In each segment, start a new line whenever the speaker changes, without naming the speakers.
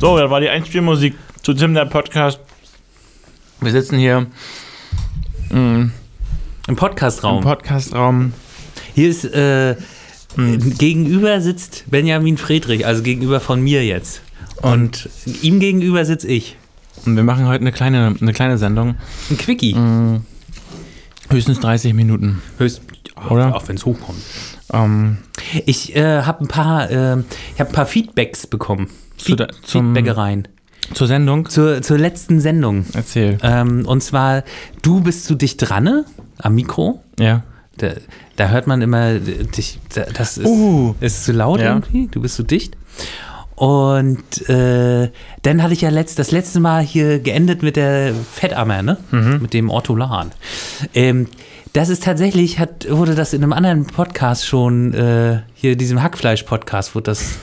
So, das war die Einspielmusik zu Tim, der Podcast. Wir sitzen hier mm,
Im
im Genau.
Podcastraum.
Podcastraum.
Hier ist äh,
Hm.
gegenüber sitzt Benjamin Friedrich, also gegenüber von mir jetzt. Und ihm gegenüber sitze ich.
Und wir machen heute eine kleine, eine kleine Sendung.
Ein Quickie.
Hm. Höchstens 30 Minuten.
Höchst,
Oder?
Auch wenn es hochkommt.
Ähm,
Ich äh, habe ein paar, äh, ich hab ein paar Feedbacks bekommen.
Zu der- zum-
Feedbackereien.
zur Sendung.
Zur, zur letzten Sendung.
Erzähl.
Ähm, und zwar, du bist zu dicht dran am Mikro.
Ja.
Da, da hört man immer äh, dich. da- Das ist,
Uh.
ist zu laut
Ja.
irgendwie. Du bist zu dicht. Und äh, dann hatte ich ja letzt, das letzte Mal hier geendet mit der Fettammer, ne?
Mhm.
Mit dem Ortolan. Ähm, das ist tatsächlich, hat, wurde das in einem anderen Podcast schon, äh, hier diesem Hackfleisch-Podcast, wurde das,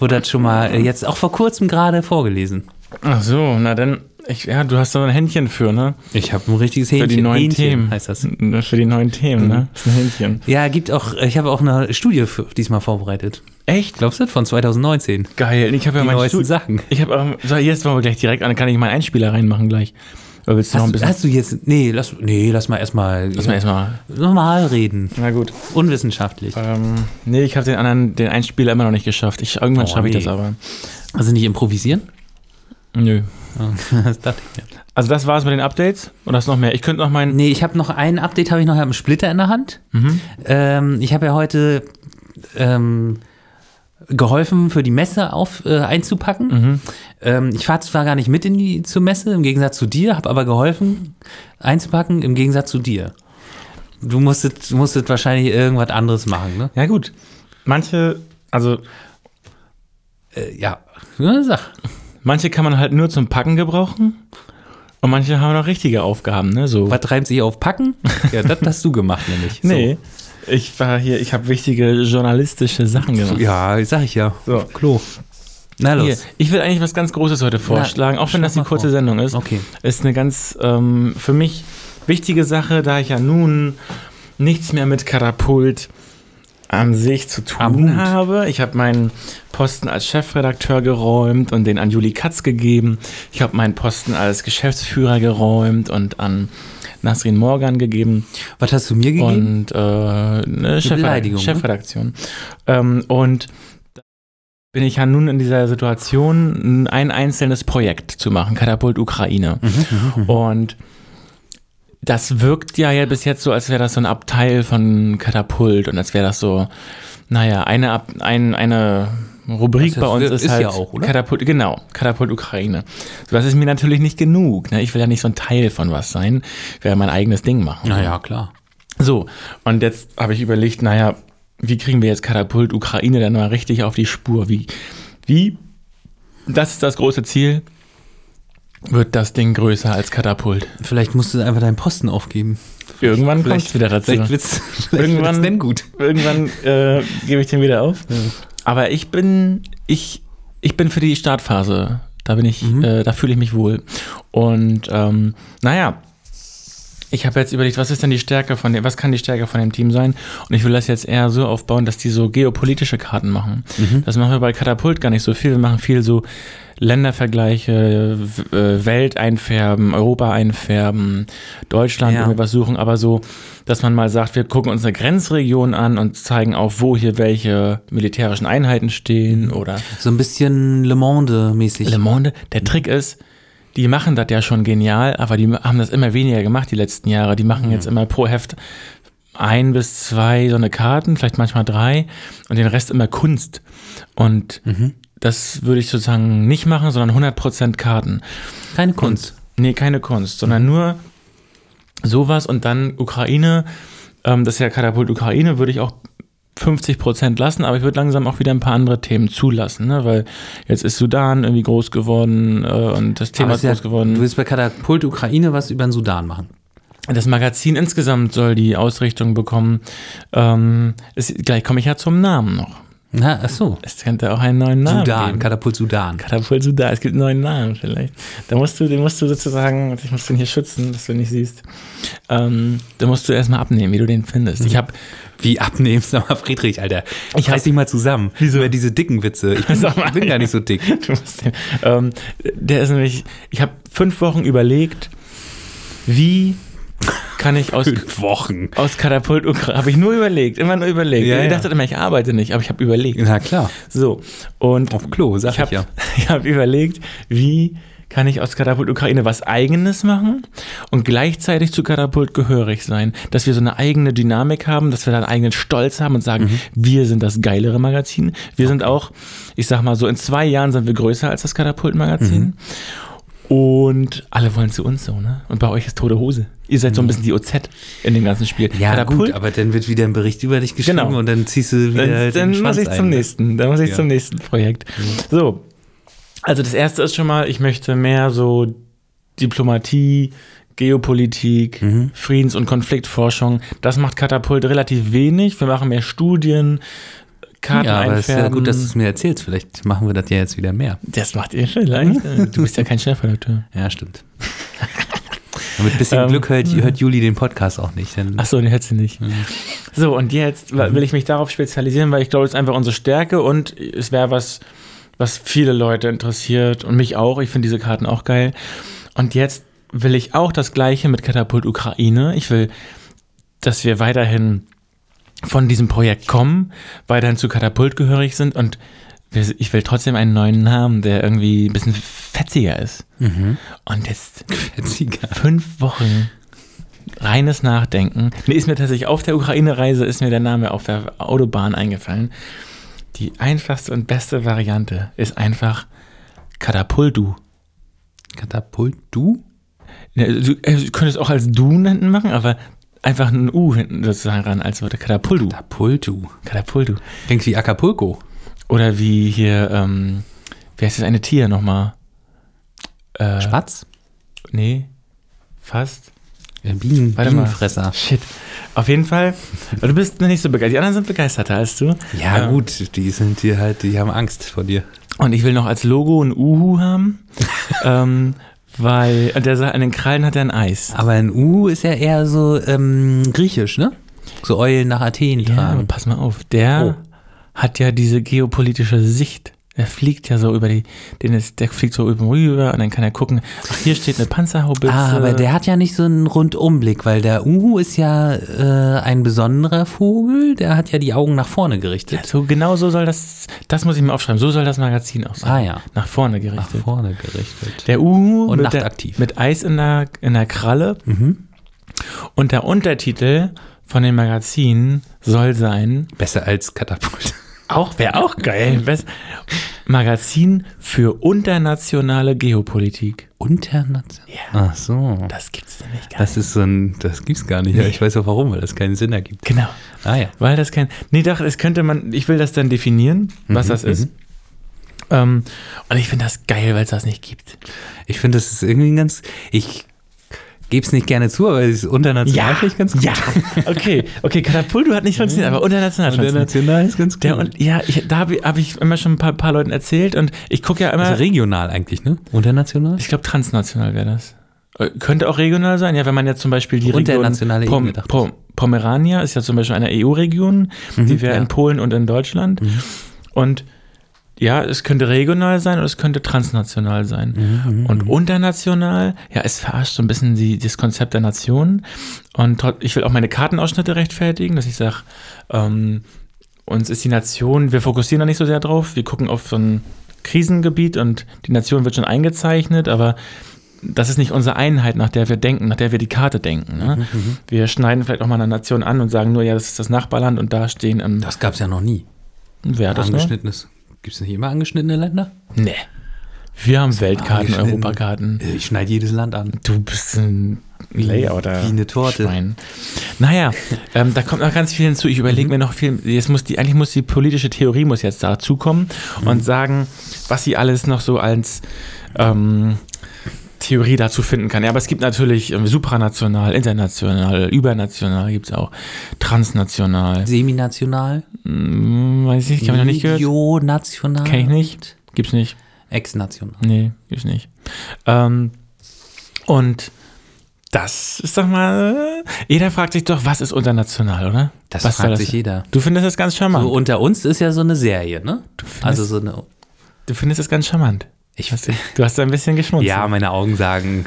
wurde das schon mal äh, jetzt auch vor kurzem gerade vorgelesen.
Ach so, na dann. Ich, ja, du hast da ein Händchen für, ne?
Ich habe ein richtiges
Für
Hähnchen.
die neuen
Hähnchen
Themen.
Heißt das.
Für die neuen Themen, ne? Das ist ein Händchen.
Ja, gibt auch, ich habe auch eine Studie für, diesmal vorbereitet.
Echt?
Glaubst du, das? von 2019?
Geil. Ich habe ja
Die
mein
neuesten
Stu-
Sachen.
Ich habe ähm, so, jetzt machen wir gleich direkt an, dann kann ich meinen Einspieler reinmachen gleich. Oder willst du noch ein
Hast, du-
bisschen?
hast du jetzt. Nee, lass, nee, lass mal erstmal
Lass mal erstmal.
normal reden.
Na gut.
Unwissenschaftlich.
Ähm, nee, ich habe den anderen, den Einspieler immer noch nicht geschafft. Ich, irgendwann
Oh,
schaffe ich
nee.
das aber.
Also nicht improvisieren?
Nö.
das dachte ich mir.
Also das war's mit den Updates. Oder ist noch mehr? Ich könnte noch meinen.
Nee, ich habe noch ein Update, habe ich noch einen Splitter in der Hand. Ähm, ich habe ja heute ähm, geholfen, für die Messe auf, äh, einzupacken. Ähm, ich fahre zwar gar nicht mit in die, zur Messe, im Gegensatz zu dir, habe aber geholfen, einzupacken, im Gegensatz zu dir. Du musstest, du musstest wahrscheinlich irgendwas anderes machen, ne?
Ja gut. Manche, also
Äh, ja. ja, sag.
manche kann man halt nur zum Packen gebrauchen. Und manche haben noch richtige Aufgaben, ne? So.
Was reimt sich auf Packen? Ja, das hast du gemacht, nämlich. So.
Nee. Ich war hier, ich habe wichtige journalistische Sachen gemacht.
Ja, sag ich ja.
So.
Klo. Na
Hier,
los.
ich will eigentlich was ganz Großes heute vorschlagen, auch wenn
schlag
das eine
mal
kurze
vor.
Sendung ist.
Okay.
Ist eine ganz ähm, für mich wichtige Sache, da ich ja nun nichts mehr mit Katapult an sich zu tun
Am Hut.
habe. Ich habe meinen Posten als Chefredakteur geräumt und den an Juli Katz gegeben. Ich habe meinen Posten als Geschäftsführer geräumt und an Nasrin Morgan gegeben.
Was hast du mir gegeben?
Und äh, ne, Chefredak
Beleidigung, ne?
Chefredaktion. Ähm, und da bin ich ja nun in dieser Situation, ein einzelnes Projekt zu machen, Katapult Ukraine.
Mhm,
und das wirkt ja, ja bis jetzt so, als wäre das so ein Abteil von Katapult und als wäre das so, naja, eine, Ab ein, eine Rubrik
Das
bei uns
ist-
ist,
ist
halt
ja auch, oder?
Katapult, genau, Katapult Ukraine. So, das ist mir natürlich nicht genug. Ne? Ich will ja nicht so ein Teil von was sein. Ich will ja mein eigenes Ding machen.
Naja, klar.
So, und jetzt habe ich überlegt, naja, wie kriegen wir jetzt Katapult Ukraine dann mal richtig auf die Spur? Wie, wie, das ist das große Ziel, wird das Ding größer als Katapult.
Vielleicht musst du einfach deinen Posten aufgeben.
Irgendwann kommt
Vielleicht-
es wieder dazu.
Vielleicht wird's, vielleicht
Irgendwann-
wird's dann gut.
Irgendwann äh, gebe ich den wieder auf. Aber ich bin, ich, ich bin für die Startphase. Da bin ich, äh, da fühle ich mich wohl. Und ähm, naja, ich habe jetzt überlegt, was ist denn die Stärke von dem, was kann die Stärke von dem Team sein? Und ich will das jetzt eher so aufbauen, dass die so geopolitische Karten machen. Das machen wir bei Katapult gar nicht so viel. Wir machen viel so Ländervergleiche, w- äh, Welt einfärben, Europa einfärben, Deutschland
Ja.
irgendwie was suchen, aber so, dass man mal sagt, wir gucken uns eine Grenzregion an und zeigen auch, wo hier welche militärischen Einheiten stehen oder
So ein bisschen Le Monde-mäßig.
Le Monde, der Trick ist, die machen das ja schon genial, aber die haben das immer weniger gemacht die letzten Jahre. Die machen jetzt immer pro Heft ein bis zwei so eine Karten, vielleicht manchmal drei und den Rest immer Kunst. Und das würde ich sozusagen nicht machen, sondern 100% Karten.
Keine Kunst.
Nee, keine Kunst,
Mhm.
sondern nur sowas und dann Ukraine. Ähm, das ist ja Katapult Ukraine, würde ich auch 50 Prozent lassen, aber ich würde langsam auch wieder ein paar andere Themen zulassen, ne? weil jetzt ist Sudan irgendwie groß geworden äh, und das Thema
Aber
ist
es ist
groß
ja- Du
geworden.
willst bei Katapult Ukraine was über den Sudan machen.
Das Magazin insgesamt soll die Ausrichtung bekommen. Ähm, ist, gleich komme ich ja zum Namen noch.
Na, ach so.
Es könnte auch einen neuen Namen
Sudan,
geben.
Katapult Sudan.
Katapult Sudan. Es gibt einen neuen Namen vielleicht. Da musst du, den musst du sozusagen, ich muss den hier schützen, dass du ihn nicht siehst. Ähm, da musst du erstmal abnehmen, wie du den findest. Ich habe
Wie abnehmen, sag mal, Friedrich, Alter. Ich reiß dich mal zusammen. Wieso? Über diese dicken Witze. Ich bin,
Sag mal,
ich bin gar nicht so dick.
Du musst den, ähm, der ist nämlich, ich habe fünf Wochen überlegt, wie kann ich aus,
Wochen.
aus Katapult Ukraine, habe ich nur überlegt, immer nur überlegt.
Ja,
ich
ja.
dachte immer, ich arbeite nicht, aber ich habe überlegt.
Na klar.
So, und
Auf Klo, sag ich,
ich habe
ja.
ich hab überlegt, wie kann ich aus Katapult Ukraine was Eigenes machen und gleichzeitig zu Katapult gehörig sein, dass wir so eine eigene Dynamik haben, dass wir da einen eigenen Stolz haben und
Mhm.
sagen, wir sind das geilere Magazin. Wir sind auch, ich sag mal so, in zwei Jahren sind wir größer als das Katapult Magazin.
Mhm.
Und alle wollen zu uns so, ne? Und bei euch ist tote Hose. Ihr seid so ein bisschen die OZ in dem ganzen Spiel.
Mhm. Ja, gut, aber dann wird wieder ein Bericht über dich geschrieben
Genau.
und dann ziehst du wieder
Dann, dann muss ich
ne?
zum nächsten. Dann muss ich
Ja. Mhm.
zum nächsten Projekt. So. Also das erste ist schon mal, ich möchte mehr so Diplomatie, Geopolitik,
Mhm.
Friedens- und Konfliktforschung. Das macht Katapult relativ wenig. Wir machen mehr Studien, Karten
Ja, aber es ist ja
einfärben.
gut, dass du es mir erzählst. Vielleicht machen wir das ja jetzt wieder mehr.
das macht ihr vielleicht. du bist ja kein Chefredakteur.
Ja, stimmt. Und mit ein bisschen
Ähm,
Glück hört, hört Juli den Podcast auch nicht. Dann
Achso, den hört sie nicht. So, und jetzt wa- will ich mich darauf spezialisieren, weil ich glaube, es ist einfach unsere Stärke und es wäre was, was viele Leute interessiert und mich auch. Ich finde diese Karten auch geil. Und jetzt will ich auch das Gleiche mit Katapult Ukraine. Ich will, dass wir weiterhin von diesem Projekt kommen, weiterhin zu Katapult gehörig sind und wir- ich will trotzdem einen neuen Namen, der irgendwie ein bisschen fetziger ist.
mhm.
Und jetzt
Sieger.
fünf Wochen reines Nachdenken. Mir ist mir tatsächlich auf der Ukraine-Reise ist mir der Name auf der Autobahn eingefallen. Die einfachste und beste Variante ist einfach Katapultu.
Katapult, du?
Ja, Du äh, du könntest auch als Du hinten machen, aber einfach ein U hinten sozusagen ran, als würde Katapultu.
Katapult, du.
Katapultu.
Klingt wie Acapulco.
Oder wie hier, ähm, wie heißt das eine Tier nochmal? Äh,
Spatz?
nee, fast.
Ja, Äh, Bienen,
Warte mal.
Bienenfresser.
Shit. Auf jeden Fall, du bist noch nicht so begeistert. Die anderen sind begeisterter als du.
Ja,
Ähm,
gut, die sind hier halt, die haben Angst vor dir.
Und ich will noch als Logo ein Uhu haben, ähm, weil und der sagt, an den Krallen hat er ein Eis.
Aber ein U ist ja eher so ähm, griechisch, ne? So Eulen nach Athen
Ja, aber
tragen.
pass mal auf, der
Oh.
hat ja diese geopolitische Sicht. Er fliegt ja so über die, den ist, der fliegt so über rüber und dann kann er gucken, ach, hier steht eine Panzerhaubitze.
Ah, aber der hat ja nicht so einen Rundumblick, weil der Uhu ist ja äh, ein besonderer Vogel, der hat ja die Augen nach vorne gerichtet.
so genau so soll das, das muss ich mir aufschreiben, so soll das Magazin aussehen.
Ah ja,
Nach vorne
nach
gerichtet.
vorne gerichtet.
Der Uhu
Und
mit, der,
nachtaktiv. Mhm.
mit Eis in der, in der Kralle. Und der Untertitel von dem Magazin soll sein,
Besser als Katapult.
auch wäre auch geil, best- Magazin für internationale Geopolitik. Ah.
International. Ach so.
Das gibt's nämlich gar
Das ist so ein, das gibt's gar nicht. Ja, ich weiß auch warum, weil das keinen Sinn ergibt.
Genau.
Ah ja.
Weil das kein. Nee, doch, das könnte man. Ich will das dann definieren,
Mhm,
was das ist. Ähm, und ich finde das geil, weil es das nicht gibt.
Ich finde, das ist irgendwie ein ganz, ich gebe es nicht gerne zu, aber es ist international vielleicht ganz gut.
Ja. Okay, okay, Katapultu hat nicht funktioniert, aber international funktioniert.
international ist ganz gut.
Der und ja, ich, da habe ich, hab ich immer schon ein paar, paar Leuten erzählt und ich gucke ja immer.
also regional eigentlich, ne? International?
ich glaube, transnational wäre das. Äh, Könnte auch regional sein, ja, wenn man jetzt zum Beispiel die
Internationale EU
Region
gedacht
Pom, Pomerania ist ja zum Beispiel eine EU-Region, die wäre
Mhm, ja. Mhm.
in Polen und in Deutschland. Und ja, es könnte regional sein oder es könnte transnational sein.
Mhm,
Und international, ja, es verarscht so ein bisschen die, das Konzept der Nation. Und trot- ich will auch meine Kartenausschnitte rechtfertigen, dass ich sage, ähm, uns ist die Nation, wir fokussieren da nicht so sehr drauf, wir gucken auf so ein Krisengebiet und die Nation wird schon eingezeichnet, aber das ist nicht unsere Einheit, nach der wir denken, nach der wir die Karte denken. Ne?
Mhm,
Wir schneiden vielleicht auch mal eine Nation an und sagen nur, ja, das ist das Nachbarland und da stehen, ähm,
Das gab es ja noch nie.
wer hat das noch?
Angeschnittenes. Gibt es nicht immer angeschnittene Länder?
Nee. Wir haben Weltkarten,
angeschnitten.
Europakarten.
Ich schneide jedes Land an.
Du bist ein Layouter.
Wie eine Torte.
Schwein. Naja, ähm, da kommt noch ganz viel hinzu. Ich überlege mir noch viel. Jetzt muss die, eigentlich muss die politische Theorie muss jetzt dazukommen und sagen, was sie alles noch so als ähm, Theorie dazu finden kann. Ja, aber es gibt natürlich ähm, supranational, international, übernational gibt es auch, transnational.
Seminational?
Hm, weiß ich, habe ich noch nicht gehört.
Legio National.
Kenn ich nicht. Gibt's nicht.
Ex-National.
Nee, gibt's nicht. Ähm, und das ist doch mal. Jeder fragt sich doch, was ist international, oder?
Das
was soll
fragt sich jeder.
Du findest das ganz charmant.
So, unter uns ist ja so eine Serie, ne? Also so eine.
du findest das ganz charmant.
Ich,
Hast du, du hast da ein bisschen geschmunzelt.
ja, meine Augen sagen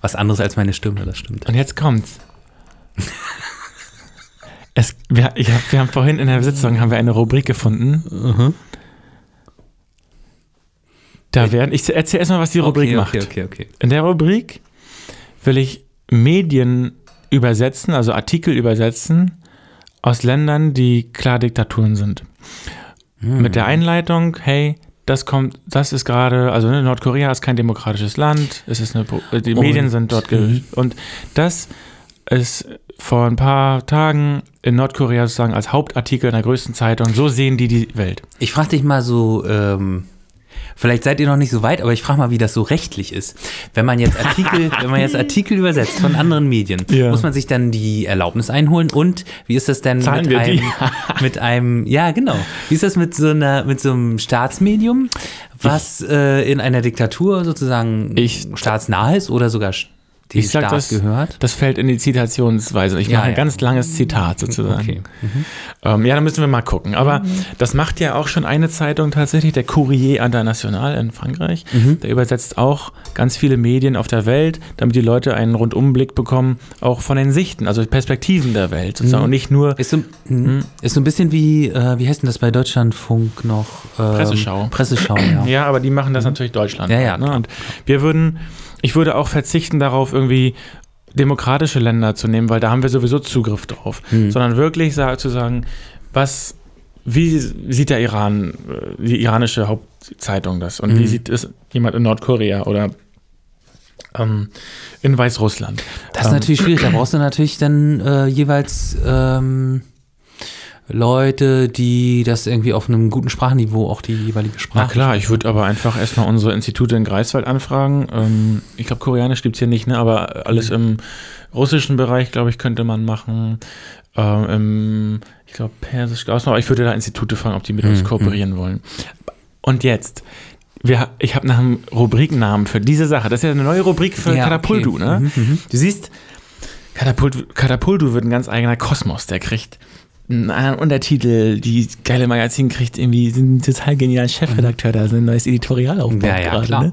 was anderes als meine Stimme, das stimmt.
Und jetzt kommt's. es, wir, ich hab, wir haben vorhin in der Sitzung haben wir eine Rubrik gefunden. Da werden, ich erzähl erstmal, was die Rubrik
okay,
macht.
okay, okay, okay.
In der Rubrik will ich Medien übersetzen, also Artikel übersetzen aus Ländern, die klar Diktaturen sind. Mit der Einleitung, hey, das kommt, das ist gerade, also ne, Nordkorea ist kein demokratisches Land, es ist eine, Pro- äh, die
Und-
Medien sind dort ge und das ist vor ein paar Tagen in Nordkorea sozusagen als Hauptartikel in der größten Zeitung. So sehen die die Welt.
Ich frage dich mal so, ähm, vielleicht seid ihr noch nicht so weit, aber ich frage mal, wie das so rechtlich ist. Wenn man jetzt Artikel, wenn man jetzt Artikel übersetzt von anderen Medien,
Ja.
muss man sich dann die Erlaubnis einholen und wie ist das denn
Zahlen
mit
wir
einem,
die?
mit einem, ja genau, wie ist das mit so einer, mit so einem Staatsmedium, was äh, in einer Diktatur sozusagen
Ich-
staatsnah ist oder sogar dem
Ich sag,
Staat
das
gehört?
Das fällt in die Zitationsweise. Ich
Ja,
mache ein
ja.
ganz langes Zitat sozusagen.
Okay. Mhm.
Ähm, ja, da müssen wir mal gucken. Aber das macht ja auch schon eine Zeitung tatsächlich, der Courrier International in Frankreich.
Mhm.
Der übersetzt auch ganz viele Medien auf der Welt, damit die Leute einen Rundumblick bekommen, auch von den Sichten, also Perspektiven der Welt
Mhm.
sozusagen. Und nicht nur
Ist so,
Hm.
mh, ist so ein bisschen wie, äh, wie heißt denn das bei Deutschlandfunk noch? Ähm,
Presseschau.
Presseschau, ja. Mhm.
Ja, aber die machen das natürlich Deutschland.
Ja, ja,
ne? Und wir würden, ich würde auch verzichten darauf, irgendwie demokratische Länder zu nehmen, weil da haben wir sowieso Zugriff drauf.
Mhm.
Sondern wirklich sa- zu sagen, was, wie sieht der Iran, äh, die iranische Hauptzeitung das?
Mhm.
Und wie sieht es jemand in Nordkorea oder ähm, in Weißrussland?
Das ist
Ähm,
natürlich schwierig. Da brauchst du natürlich dann äh, jeweils ähm, Leute, die das irgendwie auf einem guten Sprachniveau auch die jeweilige
Na
Sprache.
klar, ich würde aber einfach erstmal unsere Institute in Greifswald anfragen. Ähm, ich glaube, Koreanisch gibt es hier nicht, ne? aber alles
Mhm.
im russischen Bereich, glaube ich, könnte man machen. Ähm, im, ich glaube, Persisch gab's noch, aber ich würde da Institute fragen, ob die mit
Mhm,
uns kooperieren wollen. Und jetzt, wir, ha- ich habe nach einem Rubriknamen für diese Sache. Das ist ja eine neue Rubrik für
Ja,
Katapultu.
okay. Mhm,
Ne? Du siehst, Katapult, Katapultu wird ein ganz eigener Kosmos, der kriegt einen anderen Untertitel, die geile Magazin kriegt irgendwie, sind einen total genialen Chefredakteur da, sind ein neues Editorial aufgebaut
Ja, ja,
gerade.
klar.
Ne?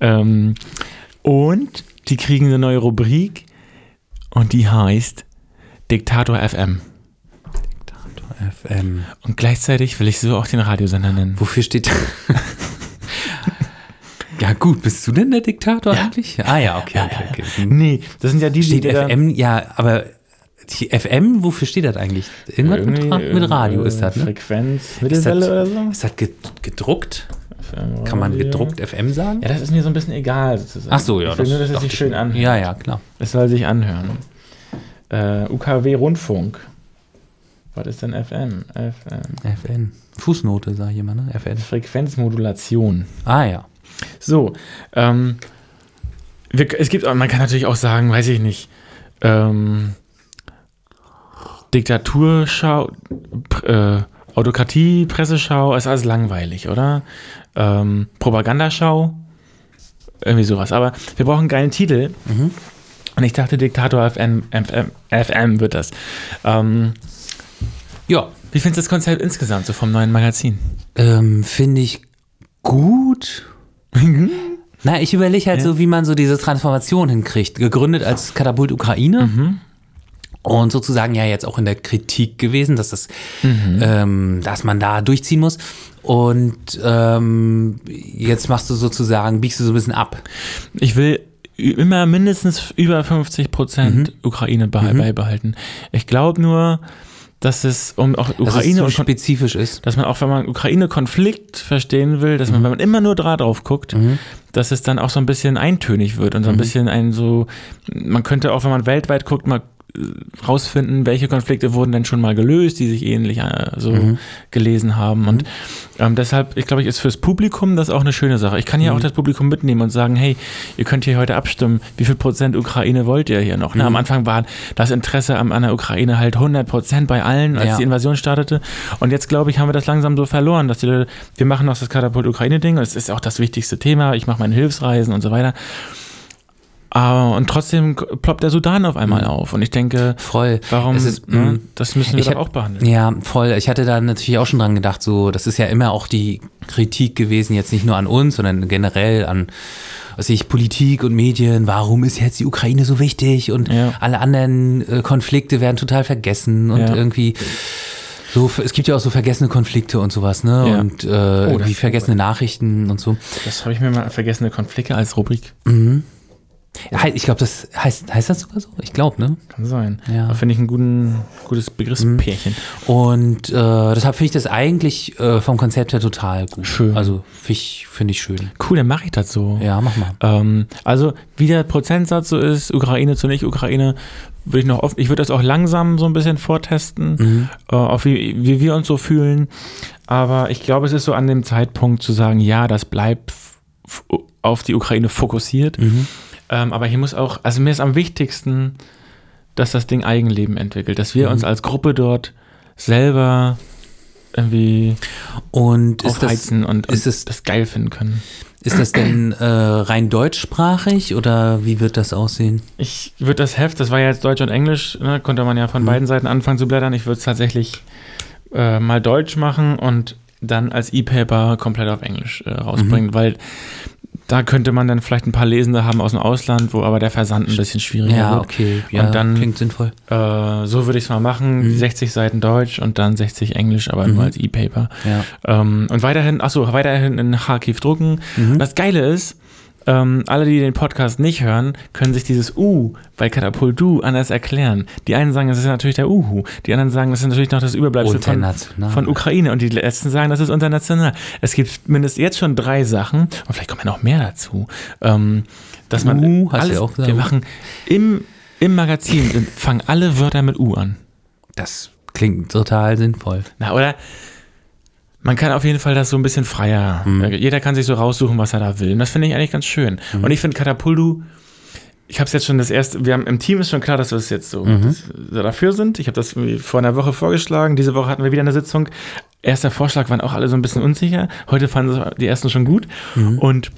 Ähm, und die kriegen eine neue Rubrik und die heißt Diktator FM.
FM.
Und gleichzeitig will ich so auch den Radiosender nennen.
Wofür steht. ja, gut, bist du denn der Diktator eigentlich? Ah ja, okay, okay, okay. Hm.
Nee, das sind ja die,
Steht
die da-
FM, ja, aber die FM, wofür steht das eigentlich? Irgendwas mit, Ra-
Irgendwie,
mit Radio ist
äh,
das, ne?
Frequenz,
Ist das,
Mittelwelle oder so?
ist das ge- gedruckt?
FM,
Kann man
Radio.
gedruckt FM sagen?
Ja, das ist mir so ein bisschen egal sozusagen.
Ach so, ja.
Ich will nur, dass es
dachte
sich
ich
schön
mir.
anhört.
Ja, ja, klar.
Es soll sich anhören. Äh, UKW Rundfunk. Was ist denn FM? FM.
FN. Fußnote, sag jemand, ne? FN.
Frequenzmodulation.
Ah ja.
So, ähm, wir, es gibt, auch- man kann natürlich auch sagen, weiß ich nicht, ähm, Diktaturschau, pr- äh, Autokratie, Presseschau, ist alles langweilig, oder? Ähm, Propagandaschau, irgendwie sowas. Aber wir brauchen einen geilen Titel. Und ich dachte, Diktator FM, FM, FM wird das. Ähm,
Ja,
wie findest du das Konzept insgesamt so vom neuen Magazin?
ähm, finde ich gut.
Mhm.
Na, ich überlege halt so, wie man so diese Transformation hinkriegt. Gegründet als Katapult Ukraine
Mhm.
und sozusagen ja jetzt auch in der Kritik gewesen, dass das,
Mhm.
ähm, dass man da durchziehen muss. Und ähm, jetzt machst du sozusagen, biegst du so ein bisschen ab.
Ich will ü- immer mindestens über 50 Prozent Ukraine bei, beibehalten. Ich glaube nur, dass es um auch
Dass es
Ukraine
so
und Kon-
spezifisch ist.
dass man auch wenn man Ukraine-Konflikt verstehen will, dass man, wenn man immer nur da drauf guckt, dass es dann auch so ein bisschen eintönig wird und so ein bisschen ein so, man könnte auch, wenn man weltweit guckt, mal äh, rausfinden, welche Konflikte wurden denn schon mal gelöst, die sich ähnlich äh, so gelesen haben. Und ähm, deshalb, ich glaube, ich ist fürs Publikum das auch eine schöne Sache. Ich kann ja auch das Publikum mitnehmen und sagen, hey, ihr könnt hier heute abstimmen, wie viel Prozent Ukraine wollt ihr hier noch? Na, am Anfang war das Interesse an, an der Ukraine halt 100 Prozent bei allen, als
Ja.
die Invasion startete. Und jetzt, glaube ich, haben wir das langsam so verloren, dass die Leute, wir machen noch das Katapult-Ukraine-Ding, und es ist auch das wichtigste Thema, ich mache meine Hilfsreisen und so weiter. Aber, und trotzdem k- ploppt der Sudan auf einmal auf. Und ich denke,
Voll.
warum,
Es ist, hm.
ne,
mh.
das müssen wir
Ich
doch
hab-
auch behandeln.
Ja, voll. Ich hatte da natürlich auch schon dran gedacht, so, das ist ja immer auch die Kritik gewesen, jetzt nicht nur an uns, sondern generell an, was weiß ich, Politik und Medien. Warum ist jetzt die Ukraine so wichtig? Und
Ja.
alle anderen äh, Konflikte werden total vergessen und
Ja.
irgendwie. So, es gibt ja auch so vergessene Konflikte und sowas, ne?
Ja. Oh,
Und äh,
das
irgendwie
ist
vergessene Nachrichten und so.
Das habe ich mir mal vergessene Konflikte als Rubrik.
He- Ich glaube, das heißt, heißt das sogar so? Ich glaube, ne?
Kann sein.
Ja.
Da finde ich ein guten, gutes Begriffspärchen.
Und äh, deshalb finde ich das eigentlich äh, vom Konzept her total gut.
Schön.
Also finde ich, finde ich schön.
Cool, dann mache ich das so.
Ja, mach mal.
Ähm, also, wie der Prozentsatz so ist, Ukraine zu Nicht-Ukraine, würde ich noch oft, ich würde das auch langsam so ein bisschen vortesten,
Mhm.
äh, auf wie, wie wir uns so fühlen. Aber ich glaube, es ist so an dem Zeitpunkt zu sagen, ja, das bleibt f- f- auf die Ukraine fokussiert.
Mhm.
Ähm, aber hier muss auch, also mir ist am wichtigsten, dass das Ding Eigenleben entwickelt, dass
Mhm.
wir uns als Gruppe dort selber irgendwie
Und ist das,
aufheizen und, und
ist es-
das geil finden können.
ist das denn äh, rein deutschsprachig oder wie wird das aussehen?
Ich würde das Heft, das war ja jetzt Deutsch und Englisch, ne, konnte man ja von beiden Seiten anfangen zu blättern. Ich würde es tatsächlich äh, mal Deutsch machen und dann als E-Paper komplett auf Englisch äh, rausbringen, weil da könnte man dann vielleicht ein paar Lesende haben aus dem Ausland, wo aber der Versand ein bisschen schwieriger wird.
okay.
Und dann-
klingt sinnvoll.
Äh, so würde ich es mal machen, 60 Seiten Deutsch und dann 60 Englisch, aber nur als E-Paper.
Ja.
Ähm, und weiterhin, achso, weiterhin in Kharkiv drucken.
Mhm.
Das Geile ist, ähm, alle, die den Podcast nicht hören, können sich dieses U bei Katapult Du anders erklären. Die einen sagen, es ist natürlich der Uhu. Die anderen sagen, es ist natürlich noch das Überbleibsel von,
International.
von Ukraine. Und die letzten sagen, das ist international. Es gibt mindestens jetzt schon drei Sachen, und vielleicht kommen ja noch mehr dazu, ähm, dass man. äh,
U, hast du ja auch gesagt.
wir machen im, im Magazin sind, fangen alle Wörter mit U an.
Das klingt total sinnvoll.
Na, oder? Man kann auf jeden Fall das so ein bisschen freier. Jeder kann sich so raussuchen, was er da will. Und das finde ich eigentlich ganz schön. Und ich finde Katapuldu, ich habe es jetzt schon das erste, wir haben im Team ist schon klar, dass wir es jetzt so dass wir dafür sind. Ich habe das irgendwie vor einer Woche vorgeschlagen. Diese Woche hatten wir wieder eine Sitzung. Erster Vorschlag waren auch alle so ein bisschen unsicher. Heute fanden es die ersten schon gut. Und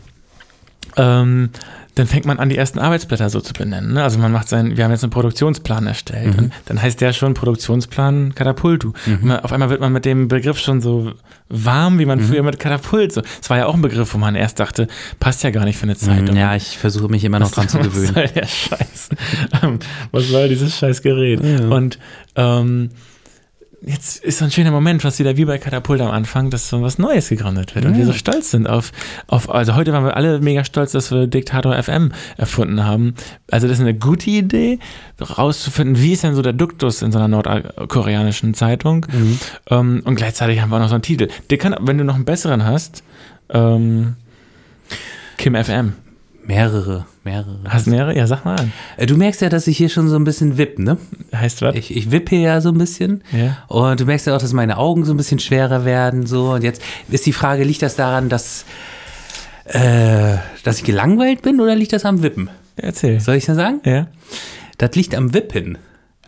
ähm, dann fängt man an, die ersten Arbeitsblätter so zu benennen. Ne? Also man macht seinen, wir haben jetzt einen Produktionsplan erstellt. Und dann heißt der schon Produktionsplan Katapultu. Und man, auf einmal wird man mit dem Begriff schon so warm, wie man früher mit Katapult. So, es war ja auch ein Begriff, wo man erst dachte, passt ja gar nicht für eine Zeitung.
Ja, ich versuche mich immer noch dran zu gewöhnen.
Was soll der Scheiß? Ähm, Was soll dieses scheiß Gerät? Und ähm, jetzt ist so ein schöner Moment, was wieder wie bei Katapult am Anfang, dass so was Neues gegründet wird und wir so stolz sind auf, auf, also heute waren wir alle mega stolz, dass wir Diktator FM erfunden haben. Also das ist eine gute Idee, rauszufinden, wie ist denn so der Duktus in so einer nordkoreanischen Zeitung
Mhm.
ähm, und gleichzeitig haben wir auch noch so einen Titel. Der kann, wenn du noch einen besseren hast, ähm, Kim FM.
Mehrere, mehrere.
Hast du mehrere? Ja, sag mal an.
Äh, Du merkst ja, dass ich hier schon so ein bisschen wipp, ne?
Heißt was?
Ich, ich wippe ja so ein bisschen.
Ja.
Und du merkst ja auch, dass meine Augen so ein bisschen schwerer werden. So. Und jetzt ist die Frage, liegt das daran, dass, äh, dass ich gelangweilt bin oder liegt das am Wippen?
Erzähl.
Soll ich das sagen?
Ja.
Das liegt am Wippen.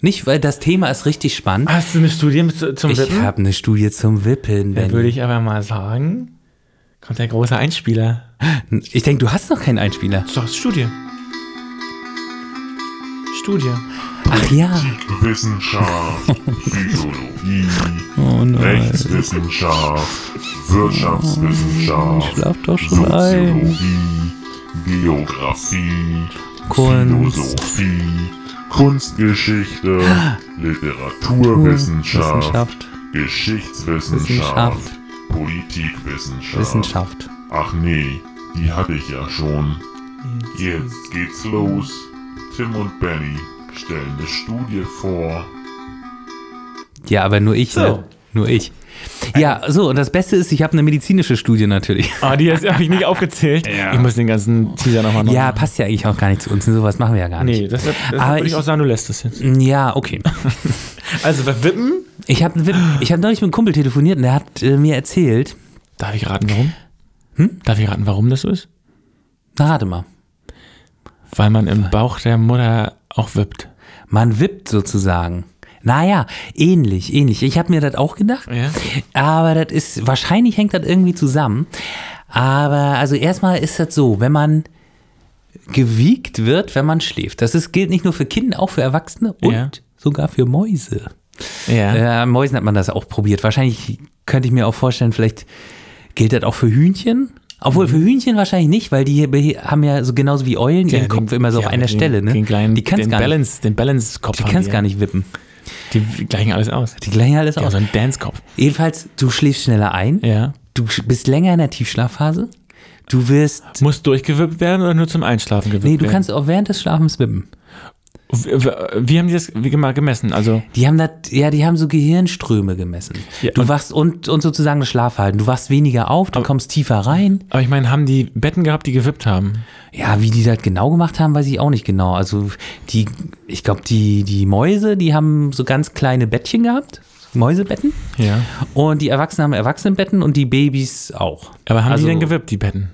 Nicht, weil das Thema ist richtig spannend.
Hast du eine Studie mit, zu- zum
ich
Wippen?
habe eine Studie zum Wippen,
Dann würde
Benny.
ich aber mal sagen, kommt der große Einspieler.
Ich, denke, du hast noch keinen Einspieler.
So, Studie. Studie.
Ach ja.
Wissenschaft, Psychologie,
Oh
Rechtswissenschaft, Wirtschaftswissenschaft,
Schlaf doch schon ein.
Soziologie, Geografie,
Kunst.
Philosophie, Kunstgeschichte,
Ah.
Literaturwissenschaft,
Wissenschaft.
Geschichtswissenschaft,
Wissenschaft.
Politikwissenschaft.
Wissenschaft.
Ach nee, die hatte ich ja schon. Jetzt geht's los. Tim und Benny stellen eine Studie vor.
Ja, aber nur ich,
So.
ne? Nur ich. Ja, so, und das Beste ist, ich habe eine medizinische Studie natürlich.
Ah, die habe ich nicht aufgezählt. Ich muss den ganzen Teaser nochmal
Ja, passt ja eigentlich auch gar nicht zu uns. und Sowas machen wir ja gar
Nee,
nicht.
das, das
Aber
würde ich
ich-
auch sagen, du lässt es jetzt.
Ja, okay.
Also bei Wippen,
Ich habe ich hab neulich mit einem Kumpel telefoniert und der hat äh, mir erzählt,
darf ich raten, warum? Hm? Darf ich raten, warum das so ist?
na rate mal,
Weil man im Bauch der Mutter auch wippt.
man wippt sozusagen. Naja, ähnlich, ähnlich. Ich habe mir das auch gedacht.
Ja.
Aber das ist, wahrscheinlich hängt das irgendwie zusammen. Aber also erstmal ist das so, wenn man gewiegt wird, wenn man schläft. Das ist, gilt nicht nur für Kinder, auch für Erwachsene und
Ja.
sogar für Mäuse.
Ja.
Äh, an Mäusen hat man das auch probiert. Wahrscheinlich könnte ich mir auch vorstellen, vielleicht gilt das auch für Hühnchen.
Mhm.
Obwohl für Hühnchen wahrscheinlich nicht, weil die behe- haben ja so genauso wie Eulen ihren Kopf immer so auf einer
den,
Stelle. Ne?
Den kleinen,
die kann es
den
gar, nicht-
Balance, den Balance-Kopf.
die
haben
kann's
die,
gar nicht wippen.
Die gleichen alles aus.
Die gleichen alles
Ja,
aus.
so ein Dance-Kopf.
Jedenfalls, du schläfst schneller ein.
Ja.
Du sch- bist länger in der Tiefschlafphase. Du wirst.
Muss durchgewippt werden oder nur zum Einschlafen gewippt
Nee, du
werden?
kannst auch während des Schlafens wippen.
Wie, wie haben die das wie mal gemessen? Also,
Die haben das, ja, die haben so Gehirnströme gemessen.
Ja,
du
und-
wachst und, und sozusagen das Schlafverhalten. Du wachst weniger auf, du kommst tiefer rein.
aber ich meine, haben die Betten gehabt, die gewippt haben?
Ja, wie die das genau gemacht haben, weiß ich auch nicht genau. Also die, ich glaube, die, die Mäuse, die haben so ganz kleine Bettchen gehabt. Mäusebetten.
Ja.
Und die Erwachsenen haben Erwachsenenbetten und die Babys auch.
Aber haben
Also,
die denn gewippt, die Betten?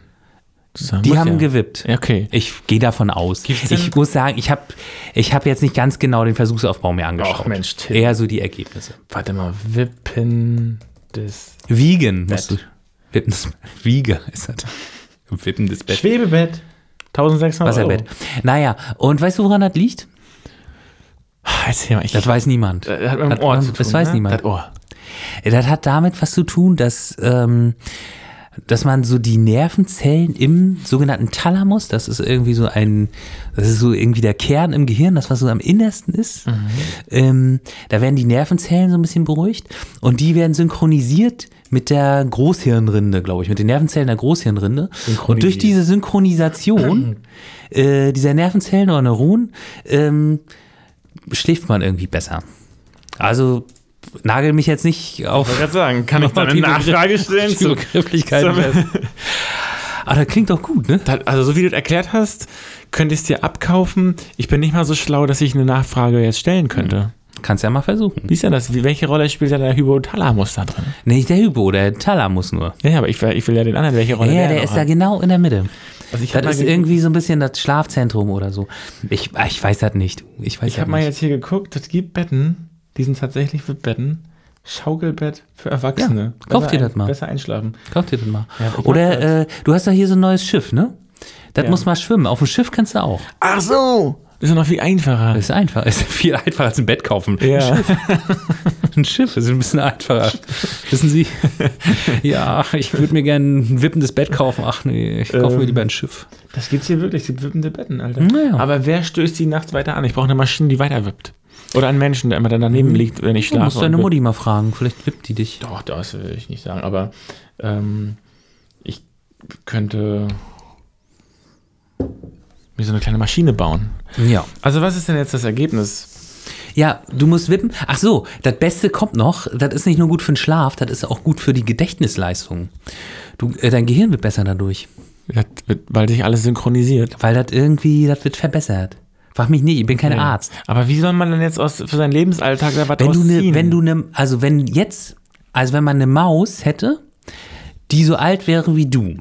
Zusammen?
Die
Muss
haben
ja.
gewippt.
Ja, Okay.
Ich gehe davon aus.
Gibt's denn-
Ich muss sagen, ich habe ich hab jetzt nicht ganz genau den Versuchsaufbau mir angeschaut.
Ach, Mensch, Tim.
Eher so die Ergebnisse.
Warte mal, wippen des
Wiegen. musst du- Wippendes, Wiege ist das. Wippendes Bett.
Schwebebett. 1600
Wasserbett.
Euro.
Naja, und weißt du, woran das liegt?
Erzähl mal, Ah, ich,
Das weiß niemand.
das Äh, hat mit dem
das-
Ohr zu tun.
das weiß
ne?
niemand. Äh,
Das Ohr.
Das hat damit was zu tun, dass, ähm, dass man so die Nervenzellen im sogenannten Thalamus, das ist irgendwie so ein, das ist so irgendwie der Kern im Gehirn, das was so am innersten ist,
Mhm.
ähm, da werden die Nervenzellen so ein bisschen beruhigt und die werden synchronisiert mit der Großhirnrinde, glaube ich, mit den Nervenzellen der Großhirnrinde. Und durch diese Synchronisation äh, dieser Nervenzellen oder Neuronen ähm, schläft man irgendwie besser. Also nagel mich jetzt nicht auf
Ich wollte gerade sagen, kann ich da eine Nachfrage stellen?
zu
Zu,
Begrifflichkeiten fest. Aber Ah, das klingt doch gut, ne?
das, also, so wie du das erklärt hast, könnte ich es dir abkaufen. Ich bin nicht mal so schlau, dass ich eine Nachfrage jetzt stellen könnte.
Kannst ja mal versuchen.
Wie ist denn das? Wie- Welche Rolle spielt denn der Hypothalamus da drin?
Nicht der Hypo, der Thalamus nur.
Ja, ja, aber ich, will- ich will ja den anderen, welche
Ja,
Rolle der,
der
noch
ist da
hat.
genau in der Mitte.
Also ich hab mal
Das ist
ge-
irgendwie so ein bisschen das Schlafzentrum oder so. Ich, ah, ich weiß das nicht. Ich weiß
Ich
das
habe mal
nicht.
jetzt hier geguckt, es gibt Betten, die sind tatsächlich für Betten. Schaukelbett für Erwachsene.
Ja, kauf dir
Besser
das mal.
Besser einschlafen.
Kauf dir das mal.
Ja, ich mach
oder äh, du hast doch hier so ein neues Schiff, ne? Das
Ja.
muss mal schwimmen. Auf dem Schiff kannst du auch.
Ach so! Das ist ja noch viel einfacher.
Ist einfach. Ist viel einfacher als ein Bett kaufen.
ja.
Ein Schiff ist ein bisschen einfacher. Wissen Sie? ja, ich würde mir gerne ein wippendes Bett kaufen. Ach nee, ich kaufe mir
Ähm.
lieber ein Schiff.
Das gibt's hier wirklich. Es gibt wippende Betten, Alter.
Naja.
Aber wer stößt die nachts weiter an? Ich brauche eine Maschine, die weiter wippt. Oder einen Menschen, der immer dann daneben liegt, wenn ich
Du
schlafe.
musst
und
Mhm. deine
wippt.
Mutti mal fragen, vielleicht wippt die dich.
Doch, das will ich nicht sagen. Aber ähm, ich könnte mir so eine kleine Maschine bauen.
Ja.
Also was ist denn jetzt das Ergebnis?
Ja, du musst wippen. Ach so, das Beste kommt noch. Das ist nicht nur gut für den Schlaf, das ist auch gut für die Gedächtnisleistung. Du, äh, dein Gehirn wird besser dadurch,
Das wird, weil sich alles synchronisiert.
weil das irgendwie, das wird verbessert. Frag mich nicht, ich bin kein Arzt.
Aber wie soll man denn jetzt aus, für seinen Lebensalltag da was
Wenn
draus
du ne,
ziehen?
wenn du ne, also wenn jetzt, also wenn man eine Maus hätte, die so alt wäre wie du.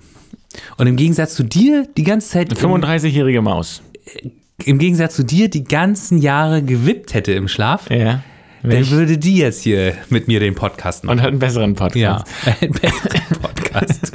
Und im Gegensatz zu dir die ganze Zeit im,
35-jährige Maus.
im Gegensatz zu dir die ganzen Jahre gewippt hätte im Schlaf,
Ja.
dann
Wenn-
würde die jetzt hier mit mir den Podcast machen.
Und hat einen besseren Podcast.
Ja, ein besseren Podcast.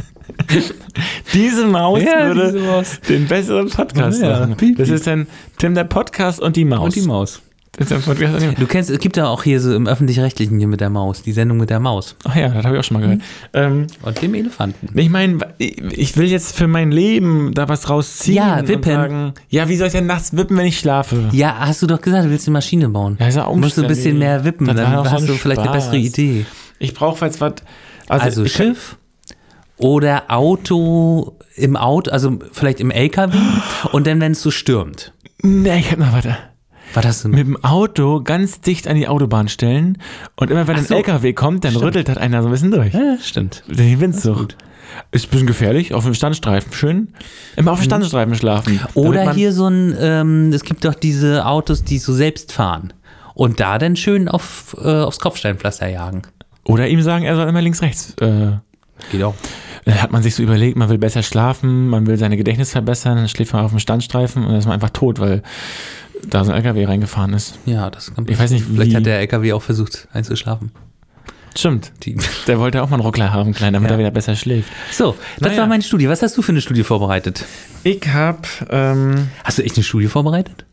Diese Maus
Ja,
würde
diese Maus.
den besseren Podcast
Ja,
machen.
piep,
Das
piep.
ist dann Tim der Podcast und die Maus.
Und die Maus.
Das ist der Podcast und die Maus.
Du kennst, es gibt ja auch hier so im Öffentlich-Rechtlichen hier mit der Maus, die Sendung mit der Maus
Ach ja, das habe ich auch schon mal gehört. Ähm,
und dem Elefanten.
ich meine, ich- ich will jetzt für mein Leben da was rausziehen.
Ja,
Und
wippen.
sagen, ja, wie soll ich denn nachts wippen, wenn ich schlafe?
Ja, hast du doch gesagt, du willst eine Maschine bauen.
Ja, ist ja
Du musst du ein bisschen
umständlich.
mehr wippen,
Das war
dann
doch so
hast
ein
du vielleicht eine bessere
Spaß.
Idee.
Ich brauche jetzt was.
Also,
ich kann-
Schiff oder Auto im Auto, also vielleicht im LKW und dann, wenn es so stürmt.
Nee, ich hab noch was.
War das so ein-
mit dem Auto ganz dicht an die Autobahn stellen und immer wenn ein
so.
LKW kommt, dann rüttelt das einer so ein bisschen durch.
Ja, stimmt.
Den Windzug. Ist ein bisschen gefährlich, auf dem Standstreifen. Schön. Immer auf dem Standstreifen schlafen. Damit
Mhm. Oder
man-
hier so ein, ähm, es gibt doch diese Autos, die so selbst fahren. Und da dann schön auf, äh, aufs Kopfsteinpflaster jagen.
Oder ihm sagen, er soll immer links, rechts. Äh,
Geht auch.
dann hat man sich so überlegt, man will besser schlafen, man will seine Gedächtnis verbessern, dann schläft man auf dem Standstreifen und dann ist man einfach tot, weil da so ein LKW reingefahren ist.
Ja, das kann
Ich weiß nicht,
Vielleicht
wie-
hat der LKW auch versucht einzuschlafen.
Stimmt.
Die
Der wollte auch mal einen Ruckler haben, klein, damit
Ja.
er wieder besser schläft.
so, das
Naja.
war meine Studie. Was hast du für eine Studie vorbereitet?
Ich habe ähm,
Hast du echt eine Studie vorbereitet?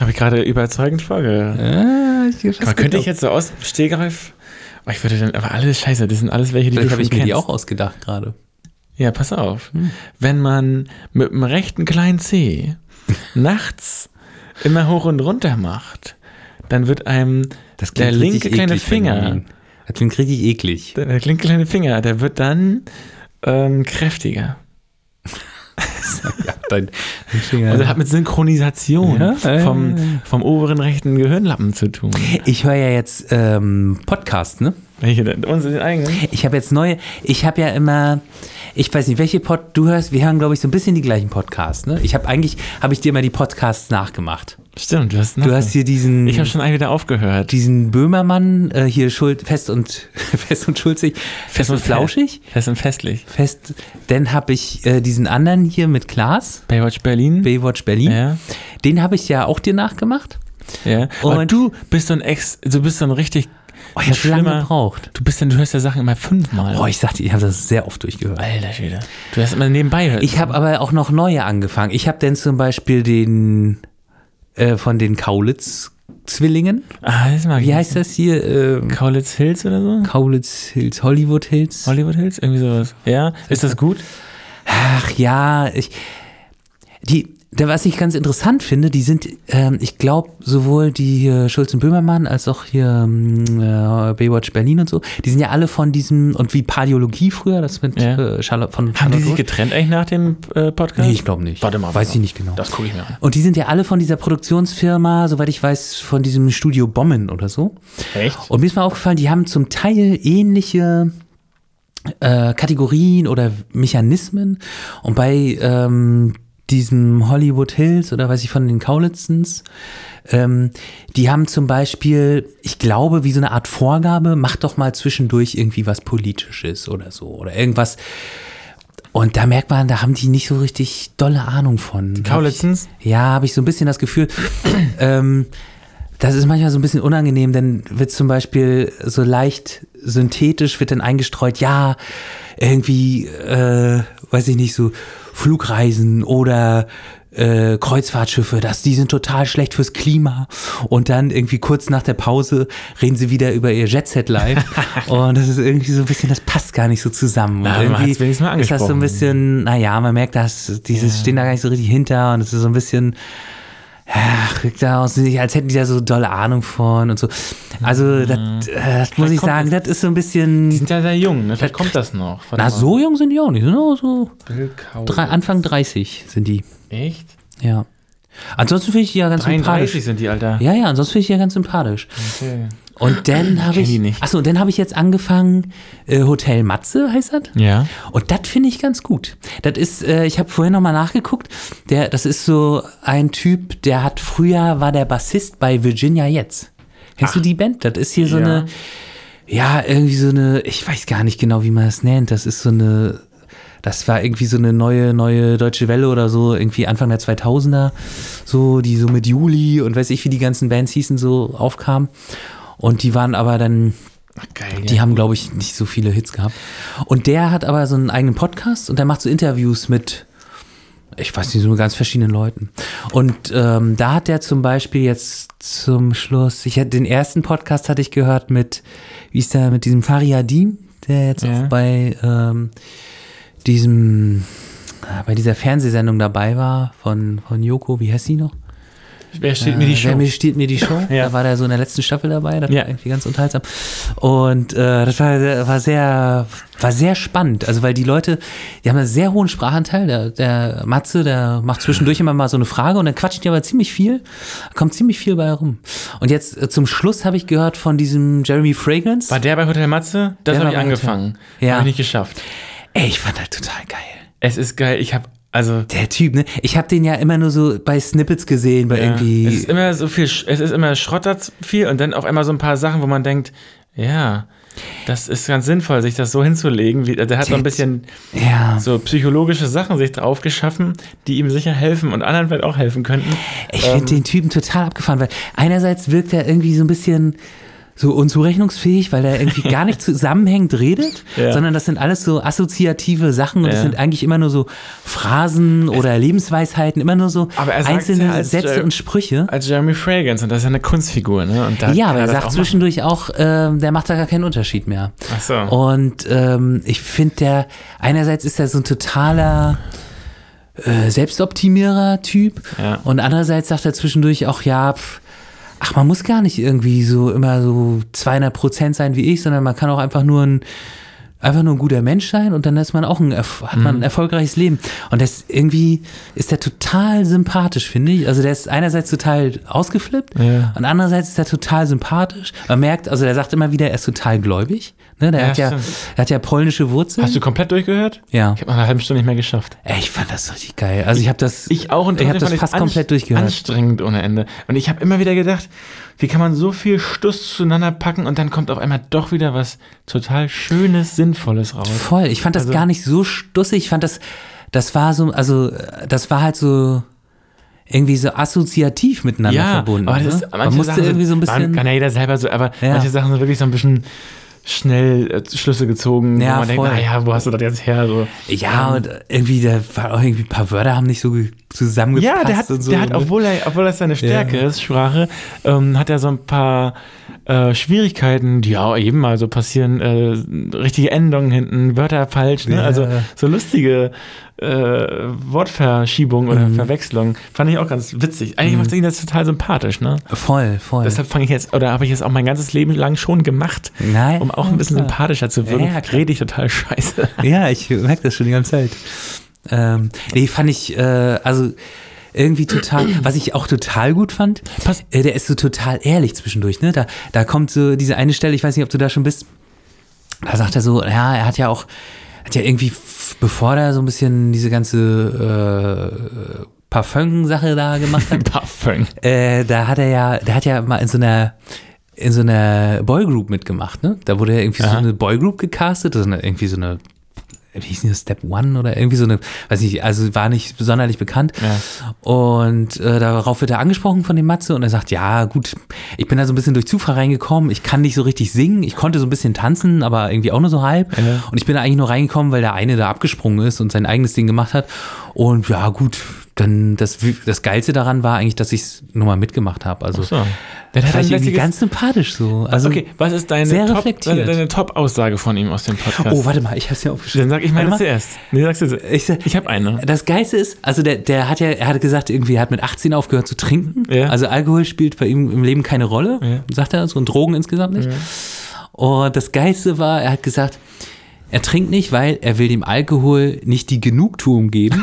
Habe ich gerade überzeugend vorge.
Äh, ich
Aber könnte ich jetzt so aus dem Stegreif. Oh, ich würde dann, aber alles scheiße, das sind alles welche, die
Vielleicht habe
schon
ich mir die
kennst.
auch ausgedacht gerade.
Ja, pass auf. Wenn man mit dem rechten kleinen Zeh nachts immer hoch und runter macht, dann wird einem der linke kleine Finger,
Das klingt richtig eklig.
der, der linke kleine Finger, der wird dann ähm, kräftiger.
Ja, dein, dein Finger.
Also hat mit Synchronisation
Ja, ja, ja,
vom, vom oberen rechten Gehirnlappen zu tun.
ich höre ja jetzt ähm, Podcast, ne?
Welche denn? Uns den eigenen?
Ich habe jetzt neue, ich habe ja immer, ich weiß nicht, welche Pod du hörst, wir hören, glaube ich, so ein bisschen die gleichen Podcasts, ne? Ich habe eigentlich, habe ich dir immer die Podcasts nachgemacht.
Stimmt, du hast,
Du hast hier diesen,
Ich habe schon einen wieder aufgehört.
diesen Böhmermann, äh, hier Schuld, fest und, fest und schulzig, fest und flauschig,
Fest und festlich.
fest, dann habe ich äh, diesen anderen hier mit Klaas,
Baywatch Berlin.
Baywatch Berlin,
Ja.
den habe ich ja auch dir nachgemacht.
ja. Aber
Und-
Ah, du bist so ein Ex, du bist so ein richtig
Oh, ich habe so lange
schlimmer-
gebraucht.
Du bist dann, du hörst ja Sachen immer fünfmal.
Oh, ich sagte, ich habe das sehr oft durchgehört.
Alter Schwede. Du hast immer nebenbei hört.
Ich habe aber auch noch neue angefangen. Ich habe dann zum Beispiel den äh, von den Kaulitz-Zwillingen.
ah, das mag
Wie
ich.
heißt das hier? Ähm,
Kaulitz Hills oder so?
Kaulitz Hills, Hollywood Hills.
Hollywood Hills? Irgendwie sowas. Ja? Ist das gut?
Ach ja, ich. Die, da, was ich ganz interessant finde, die sind, ähm, ich glaube, sowohl die äh, Schulz und Böhmermann als auch hier ähm, äh, Baywatch Berlin und so, die sind ja alle von diesem, und wie Pardiologie früher, das mit
Ja.
äh, Charlotte von
Haben die sich
Charlotte
getrennt eigentlich nach dem äh, Podcast?
Nee, ich glaube nicht.
Warte mal.
Weiß
warte
ich
mal.
nicht genau.
Das gucke ich mir an.
Und die sind ja alle von dieser Produktionsfirma, soweit ich weiß, von diesem Studio Bomben oder so.
Echt?
Und mir ist mal aufgefallen, die haben zum Teil ähnliche äh, Kategorien oder Mechanismen. Und bei ähm, diesem Hollywood Hills oder weiß ich von den Kaulitzens, ähm, die haben zum Beispiel, ich glaube, wie so eine Art Vorgabe, mach doch mal zwischendurch irgendwie was Politisches oder so oder irgendwas. Und da merkt man, da haben die nicht so richtig dolle Ahnung von. Die
Kaulitzens?
ja, habe ich so ein bisschen das Gefühl, ähm, das ist manchmal so ein bisschen unangenehm, denn wird zum Beispiel so leicht synthetisch, wird dann eingestreut, ja, irgendwie, äh, weiß ich nicht, so Flugreisen oder äh, Kreuzfahrtschiffe, das, die sind total schlecht fürs Klima. Und dann irgendwie kurz nach der Pause reden sie wieder über ihr Jet Set Live. und das ist irgendwie so ein bisschen, das passt gar nicht so zusammen.
Na,
Und
man
irgendwie
hat's wenigstens mal
Ist das so ein
angesprochen.
bisschen bisschen, naja, man merkt, dass dieses stehen da gar nicht so richtig hinter und es ist so ein bisschen, ach, wirkt da aus, als hätten die da so dolle Ahnung von und so. Also, das, äh, das muss ich
Mhm. kommt
sagen, das ist so ein
Die
bisschen.
sind ja sehr jung, ne? Vielleicht kommt das noch. Warte
Na,
mal.
so jung sind die auch nicht, die sind auch so
Bill Kaulitz.
drei, Anfang 30 sind die,
Echt?
ja. Ansonsten finde ich die ja ganz sympathisch.
33 sind die, Alter.
Ja, ja, ansonsten finde ich die ja ganz sympathisch.
Okay.
Und dann habe
Ah, kenn die
ich.
nicht.
Achso, und dann habe ich jetzt angefangen, äh, Hotel Matze heißt das?
Ja.
Und das finde ich ganz gut. Das ist, äh, ich habe vorhin nochmal nachgeguckt, der, das ist so ein Typ, der hat früher, war der Bassist bei Virginia Jetzt. Kennst du die Band? Das ist hier so
Ja.
eine, ja, irgendwie so eine, ich weiß gar nicht genau, wie man das nennt. Das ist so eine, das war irgendwie so eine neue, neue Deutsche Welle oder so, irgendwie Anfang der 2000er, so, die so mit Juli und weiß ich, wie die ganzen Bands hießen, so aufkamen. Und die waren aber dann,
Ach, geil.
die
ja.
haben, glaube ich, nicht so viele Hits gehabt. Und der hat aber so einen eigenen Podcast und der macht so Interviews mit, ich weiß nicht, so ganz verschiedenen Leuten. Und ähm, da hat der zum Beispiel jetzt zum Schluss, ich hatte den ersten Podcast hatte ich gehört mit, wie ist der, mit diesem Fariadim, der jetzt
Ja.
auch bei ähm, diesem, bei dieser Fernsehsendung dabei war von, von Joko, wie heißt sie noch?
Wer steht
Äh,
mir die Show?
Wer mir steht mir die Show?
Ja.
Da war der so in der letzten Staffel dabei. Das
Ja.
war irgendwie ganz unterhaltsam. Und äh, das war, war, sehr, war sehr spannend. Also, weil die Leute, die haben einen sehr hohen Sprachanteil. Der, der Matze, der macht zwischendurch immer mal so eine Frage und dann quatscht die aber ziemlich viel. Kommt ziemlich viel bei rum. Und jetzt äh, zum Schluss habe ich gehört von diesem Jeremy Fragrance.
War der bei Hotel Matze? Das
Der
habe
war
ich
bei Hotel.
angefangen.
Ja.
Habe ich nicht geschafft.
Ey, ich fand das total geil.
Es ist geil. Ich habe, also.
Der Typ, ne? Ich habe den ja immer nur so bei Snippets gesehen, bei irgendwie.
Es ist immer so viel, Sch- es ist immer Schrott dazu viel und dann auf einmal so ein paar Sachen, wo man denkt, ja, das ist ganz sinnvoll, sich das so hinzulegen. Wie, der hat so ein bisschen
ja.
so psychologische Sachen sich drauf geschaffen, die ihm sicher helfen und anderen vielleicht auch helfen könnten.
Ich finde
Ähm.
den Typen total abgefahren, weil einerseits wirkt er irgendwie so ein bisschen so unzurechnungsfähig, weil er irgendwie gar nicht zusammenhängend redet,
Ja.
sondern das sind alles so assoziative Sachen und das
Ja.
sind eigentlich immer nur so Phrasen oder Lebensweisheiten, immer nur so
Aber er sagt's ja
einzelne
als
Sätze
Jerry-
und Sprüche.
Als Jeremy Fragrance und das ist ja eine Kunstfigur, ne? Und da
Ja,
kann
aber er
das
sagt
auch
zwischendurch auch, ähm, der macht da gar keinen Unterschied mehr.
Ach so.
Und ähm, ich finde, der einerseits ist er so ein totaler äh, Selbstoptimierer-Typ
Ja.
und andererseits sagt er zwischendurch auch, ja, pff, ach, man muss gar nicht irgendwie so immer so 200 Prozent sein wie ich, sondern man kann auch einfach nur ein einfach nur ein guter Mensch sein und dann ist man auch ein, erf- hat
Mhm.
man ein erfolgreiches Leben. Und das irgendwie ist der total sympathisch, finde ich. Also der ist einerseits total ausgeflippt
Ja.
und andererseits ist er total sympathisch. Man merkt, also der sagt immer wieder, er ist total gläubig. Ne, der
Ja,
hat ja,
stimmt.
er hat ja polnische Wurzeln.
Hast du komplett durchgehört?
Ja.
Ich habe nach einer halben Stunde nicht mehr geschafft.
Ey, ich fand das richtig geil. Also ich habe das,
Ich auch und
ich habe
trotzdem
das
fand ich's
fast komplett
anst-
durchgehört.
Anstrengend ohne Ende. Und ich habe immer wieder gedacht, wie kann man so viel Stuss zueinander packen und dann kommt auf einmal doch wieder was total Schönes, Sinnvolles raus.
Voll. Ich fand
Also
das gar nicht so stussig. Ich fand das, das war so, also äh, das war halt so irgendwie so assoziativ miteinander
Ja,
verbunden.
aber das
ne?
ist,
Man musste
sind-
irgendwie so ein
man
bisschen.
Kann ja jeder selber so, aber
Ja.
manche Sachen sind wirklich so ein bisschen schnell äh, Schlüsse gezogen,
Ja,
wo man
voll.
denkt, naja, wo hast du das jetzt her? So.
Ja, und irgendwie, da war auch irgendwie ein paar Wörter haben nicht so ge- zusammengepasst.
Ja, der hat,
und so,
der hat
ne?
obwohl, er, obwohl das seine Stärke ist, Sprache, ähm, hat er so ein paar äh, Schwierigkeiten, die ja auch jedem mal so passieren, äh, richtige Endungen hinten, Wörter falsch, ne?
Ja.
also so lustige äh, Wortverschiebungen oder
Mhm.
Verwechslungen. Fand ich auch ganz witzig. Eigentlich macht ihn das total sympathisch, ne?
Voll, voll.
Deshalb fange ich jetzt, oder habe ich jetzt auch mein ganzes Leben lang schon gemacht,
Nein.
um auch ein bisschen sympathischer zu wirken.
Ja, klar.
rede ich total scheiße.
ja, ich merke das schon die ganze Zeit. Ähm, nee, fand ich, äh, also irgendwie total, was ich auch total gut fand,
Pass-
äh, der ist so total ehrlich zwischendurch, ne? Da, da kommt so diese eine Stelle, ich weiß nicht, ob du da schon bist, da sagt er so, ja, er hat ja auch, hat ja irgendwie, f- bevor er so ein bisschen diese ganze äh, Parfum-Sache da gemacht hat,
Parfum.
äh, da hat er ja, der hat ja mal in so einer in so einer Boygroup mitgemacht, ne? Da wurde ja irgendwie so
Aha.
eine Boygroup gecastet, das ist eine, irgendwie so eine wie hieß denn das, Step One oder irgendwie so eine, weiß nicht, also war nicht sonderlich bekannt. Und äh, darauf wird er angesprochen von dem Matze und er sagt, ja gut, ich bin da so ein bisschen durch Zufall reingekommen, ich kann nicht so richtig singen, ich konnte so ein bisschen tanzen, aber irgendwie auch nur so halb. Und ich bin da eigentlich nur reingekommen, weil der eine da abgesprungen ist und sein eigenes Ding gemacht hat. Und ja gut, dann das, das Geilste daran war eigentlich, dass ich es nur mal mitgemacht habe. Also
So. Dann hat er
vielleicht
ein
irgendwie
lässiges-
ganz sympathisch so. Also,
Okay, was ist deine
sehr
Top-
reflektiert.
deine- deine Top-Aussage von ihm aus dem Podcast?
Oh, warte mal, ich hab's ja aufgeschrieben.
Dann sag ich meine
Warte mal.
zuerst. Nee, sagst du,
Ich
ich
sag-
ich habe eine.
Das Geilste ist, also der, der hat ja, er hat gesagt, irgendwie er hat mit 18 aufgehört zu trinken.
Ja.
Also Alkohol spielt bei ihm im Leben keine Rolle, sagt er, so und Drogen insgesamt nicht. Und das Geilste war, er hat gesagt, er trinkt nicht, weil er will dem Alkohol nicht die Genugtuung geben,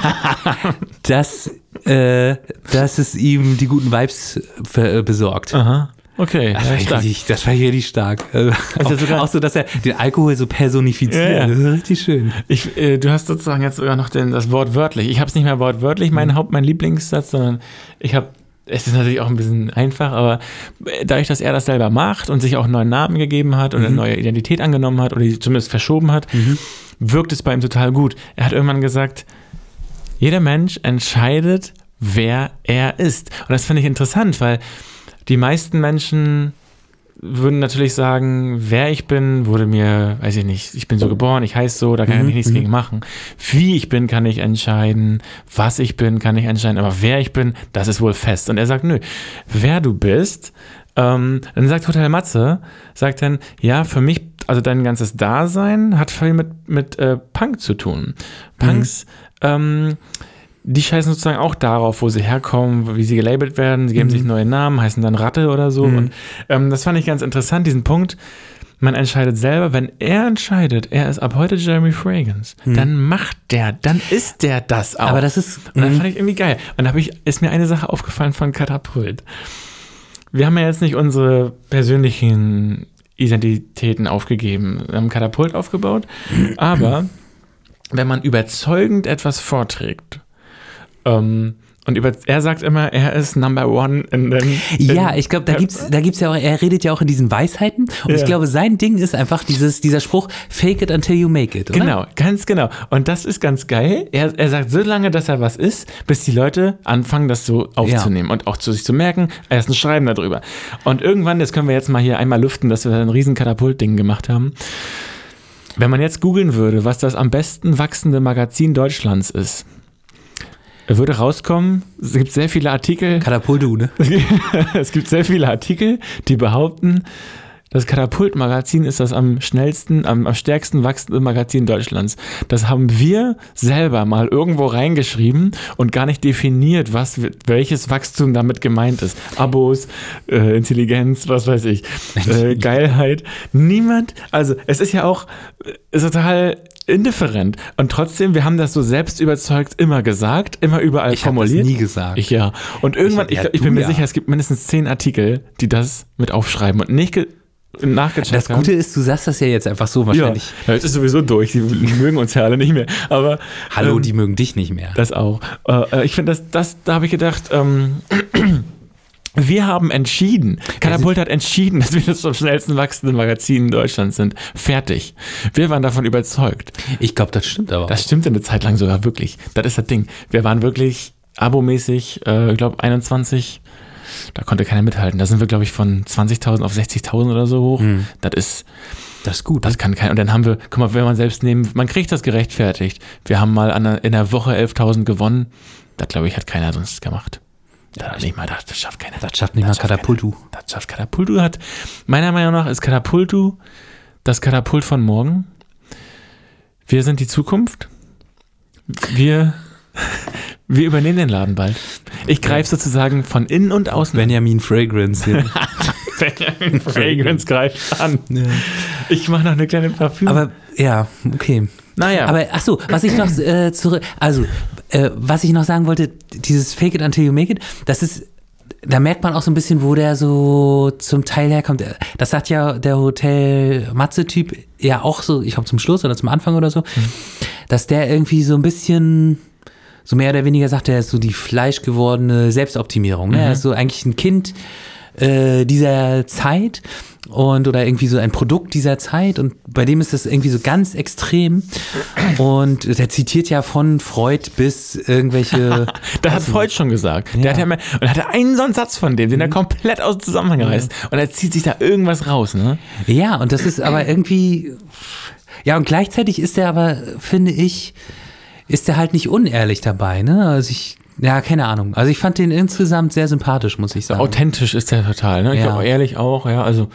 dass, äh, dass es ihm die guten Vibes ver- äh, besorgt.
Aha. Okay,
Das
ja,
war,
stark.
richtig, das war richtig stark. Also
Also
auch,
sogar-
auch so, dass er den Alkohol so personifiziert.
Ja, ja.
Das ist richtig schön.
Ich, äh, du hast sozusagen jetzt sogar noch den, das Wort wörtlich. Ich habe es nicht mehr wortwörtlich, mein Haupt, mein Lieblingssatz, sondern ich habe, es ist natürlich auch ein bisschen einfach, aber äh, dadurch, dass er das selber macht und sich auch einen neuen Namen gegeben hat oder eine neue Identität angenommen hat oder die zumindest verschoben hat, wirkt es bei ihm total gut. Er hat irgendwann gesagt, jeder Mensch entscheidet, wer er ist. Und das finde ich interessant, weil die meisten Menschen würden natürlich sagen, wer ich bin, wurde mir, weiß ich nicht, ich bin so geboren, ich heiße so, da kann ich nichts gegen machen. Wie ich bin, kann ich entscheiden. Was ich bin, kann ich entscheiden. Aber wer ich bin, das ist wohl fest. Und er sagt, nö, wer du bist, ähm, dann sagt Hotel Matze, sagt dann, ja, für mich, also dein ganzes Dasein hat viel mit, mit äh, Punk zu tun. Punks, ähm, die scheißen sozusagen auch darauf, wo sie herkommen, wie sie gelabelt werden.
Mhm.
Sie geben sich neue Namen, heißen dann Ratte oder so. Und ähm, das fand ich ganz interessant, diesen Punkt. Man entscheidet selber, wenn er entscheidet, er ist ab heute Jeremy Fragans, dann macht der, dann ist der das auch.
Mhm. Aber das ist. mhm.
Und dann fand ich irgendwie geil. Und dann ich, ist mir eine Sache aufgefallen von Katapult. Wir haben ja jetzt nicht unsere persönlichen Identitäten aufgegeben. Wir haben Katapult aufgebaut. Aber wenn man überzeugend etwas vorträgt, ähm, und über, er sagt immer, er ist Number One in dem. in-
Ja, ich glaube, da gibt's, da gibt's ja auch, er redet ja auch in diesen Weisheiten. Und ich
Ja.
glaube, sein Ding ist einfach dieses, dieser Spruch, fake it until you make it, oder?
Genau, ganz genau. Und das ist ganz geil. Er, er sagt so lange, dass er was ist, bis die Leute anfangen, das so aufzunehmen und auch zu sich zu merken. Er ist ein Schreiben darüber. Und irgendwann, das können wir jetzt mal hier einmal lüften, dass wir ein riesen Katapultding gemacht haben. Wenn man jetzt googeln würde, was das am besten wachsende Magazin Deutschlands ist, würde rauskommen, es gibt sehr viele Artikel.
Katapultu, ne?
es gibt sehr viele Artikel, die behaupten, das Katapult-Magazin ist das am schnellsten, am, am stärksten wachsende Magazin Deutschlands. Das haben wir selber mal irgendwo reingeschrieben und gar nicht definiert, was, wir- welches Wachstum damit gemeint ist. Abos, äh, Intelligenz, was weiß ich, äh, Geilheit. Niemand, also es ist ja auch äh, ist total indifferent. Und trotzdem, wir haben das so selbst überzeugt immer gesagt, immer überall
Ich hab das
formuliert.
nie gesagt.
Ich ja. Und irgendwann, ich,
ja,
glaub, ich
du
bin mir
ja.
sicher, es gibt mindestens zehn Artikel, die das mit aufschreiben und nicht ge- nachgecheckt
das Gute ist, du sagst das ja jetzt einfach so
ja.
wahrscheinlich.
ja, es ist sowieso durch. Die mögen uns ja alle nicht mehr. Aber
Hallo,
ähm,
die mögen dich nicht mehr.
das auch. Äh, äh, ich finde, das, das, da habe ich gedacht, ähm, wir haben entschieden, Katapult hat entschieden, dass wir das am schnellsten wachsende Magazin Deutschlands sind. Fertig. Wir waren davon überzeugt.
Ich glaube, das stimmt aber.
Das stimmte eine Zeit lang sogar wirklich. Das ist das Ding. Wir waren wirklich abomäßig, äh, ich glaube 21. Da konnte keiner mithalten. Da sind wir, glaube ich, von 20.000 auf 60.000 oder so hoch.
Hm.
Das ist,
das ist gut.
das kann kein. Und dann haben wir, guck mal, wenn man selbst nehmen, man kriegt das gerechtfertigt. Wir haben mal an, einer- in der Woche 11.000 gewonnen. Das, glaube ich, hat keiner sonst gemacht. Da hab ich nicht mal gedacht, das schafft keiner.
das schafft nicht mal Katapultu.
Das schafft Katapultu hat. Meiner Meinung nach ist Katapultu das Katapult von morgen. Wir sind die Zukunft. Wir, wir übernehmen den Laden bald. Ich greife sozusagen von innen und außen.
Benjamin Fragrance. hier.
Benjamin Fragrance greift an. Ich mache noch eine kleine Parfüm.
aber ja, okay.
naja,
Aber ach so, was ich noch äh, zurück, also äh, was ich noch sagen wollte, dieses Fake it until you make it, das ist, da merkt man auch so ein bisschen, wo der so zum Teil herkommt. Das sagt ja der Hotel Matze-Typ ja auch so, ich glaube zum Schluss oder zum Anfang oder so, dass der irgendwie so ein bisschen so mehr oder weniger sagt, er ist so die fleischgewordene Selbstoptimierung. Ne? Er ist so eigentlich ein Kind äh, dieser Zeit und oder irgendwie so ein Produkt dieser Zeit und bei dem ist das irgendwie so ganz extrem und der zitiert ja von Freud bis irgendwelche
da hat Freud schon gesagt. Der hat Also. ja Mhm. mal, und hatte einen so einen Satz von dem, den er komplett aus dem Zusammenhang reißt. Und er zieht sich da irgendwas raus. Ne?
ja und das ist aber irgendwie ja und gleichzeitig ist der aber finde ich ist der halt nicht unehrlich dabei ne also ich ja keine Ahnung also ich fand den insgesamt sehr sympathisch muss ich sagen
Authentisch ist der total. Ne? Ich
Ja.
glaube, ehrlich auch. Ja, also,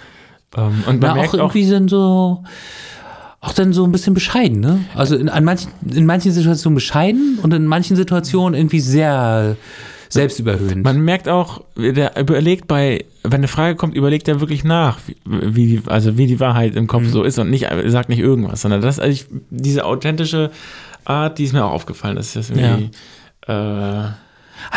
ähm, und man
Na, auch
merkt auch,
irgendwie sind so auch dann so ein bisschen bescheiden, ne? Also in, an manchen, in manchen Situationen bescheiden und in manchen Situationen irgendwie sehr selbstüberhöhend.
Man merkt auch, der überlegt bei, wenn eine Frage kommt, überlegt er wirklich nach, wie- wie, die- also wie die Wahrheit im Kopf so ist und nicht, sagt nicht irgendwas, sondern das, also ich, diese authentische Art, die ist mir auch aufgefallen, dass das irgendwie, äh,
ah,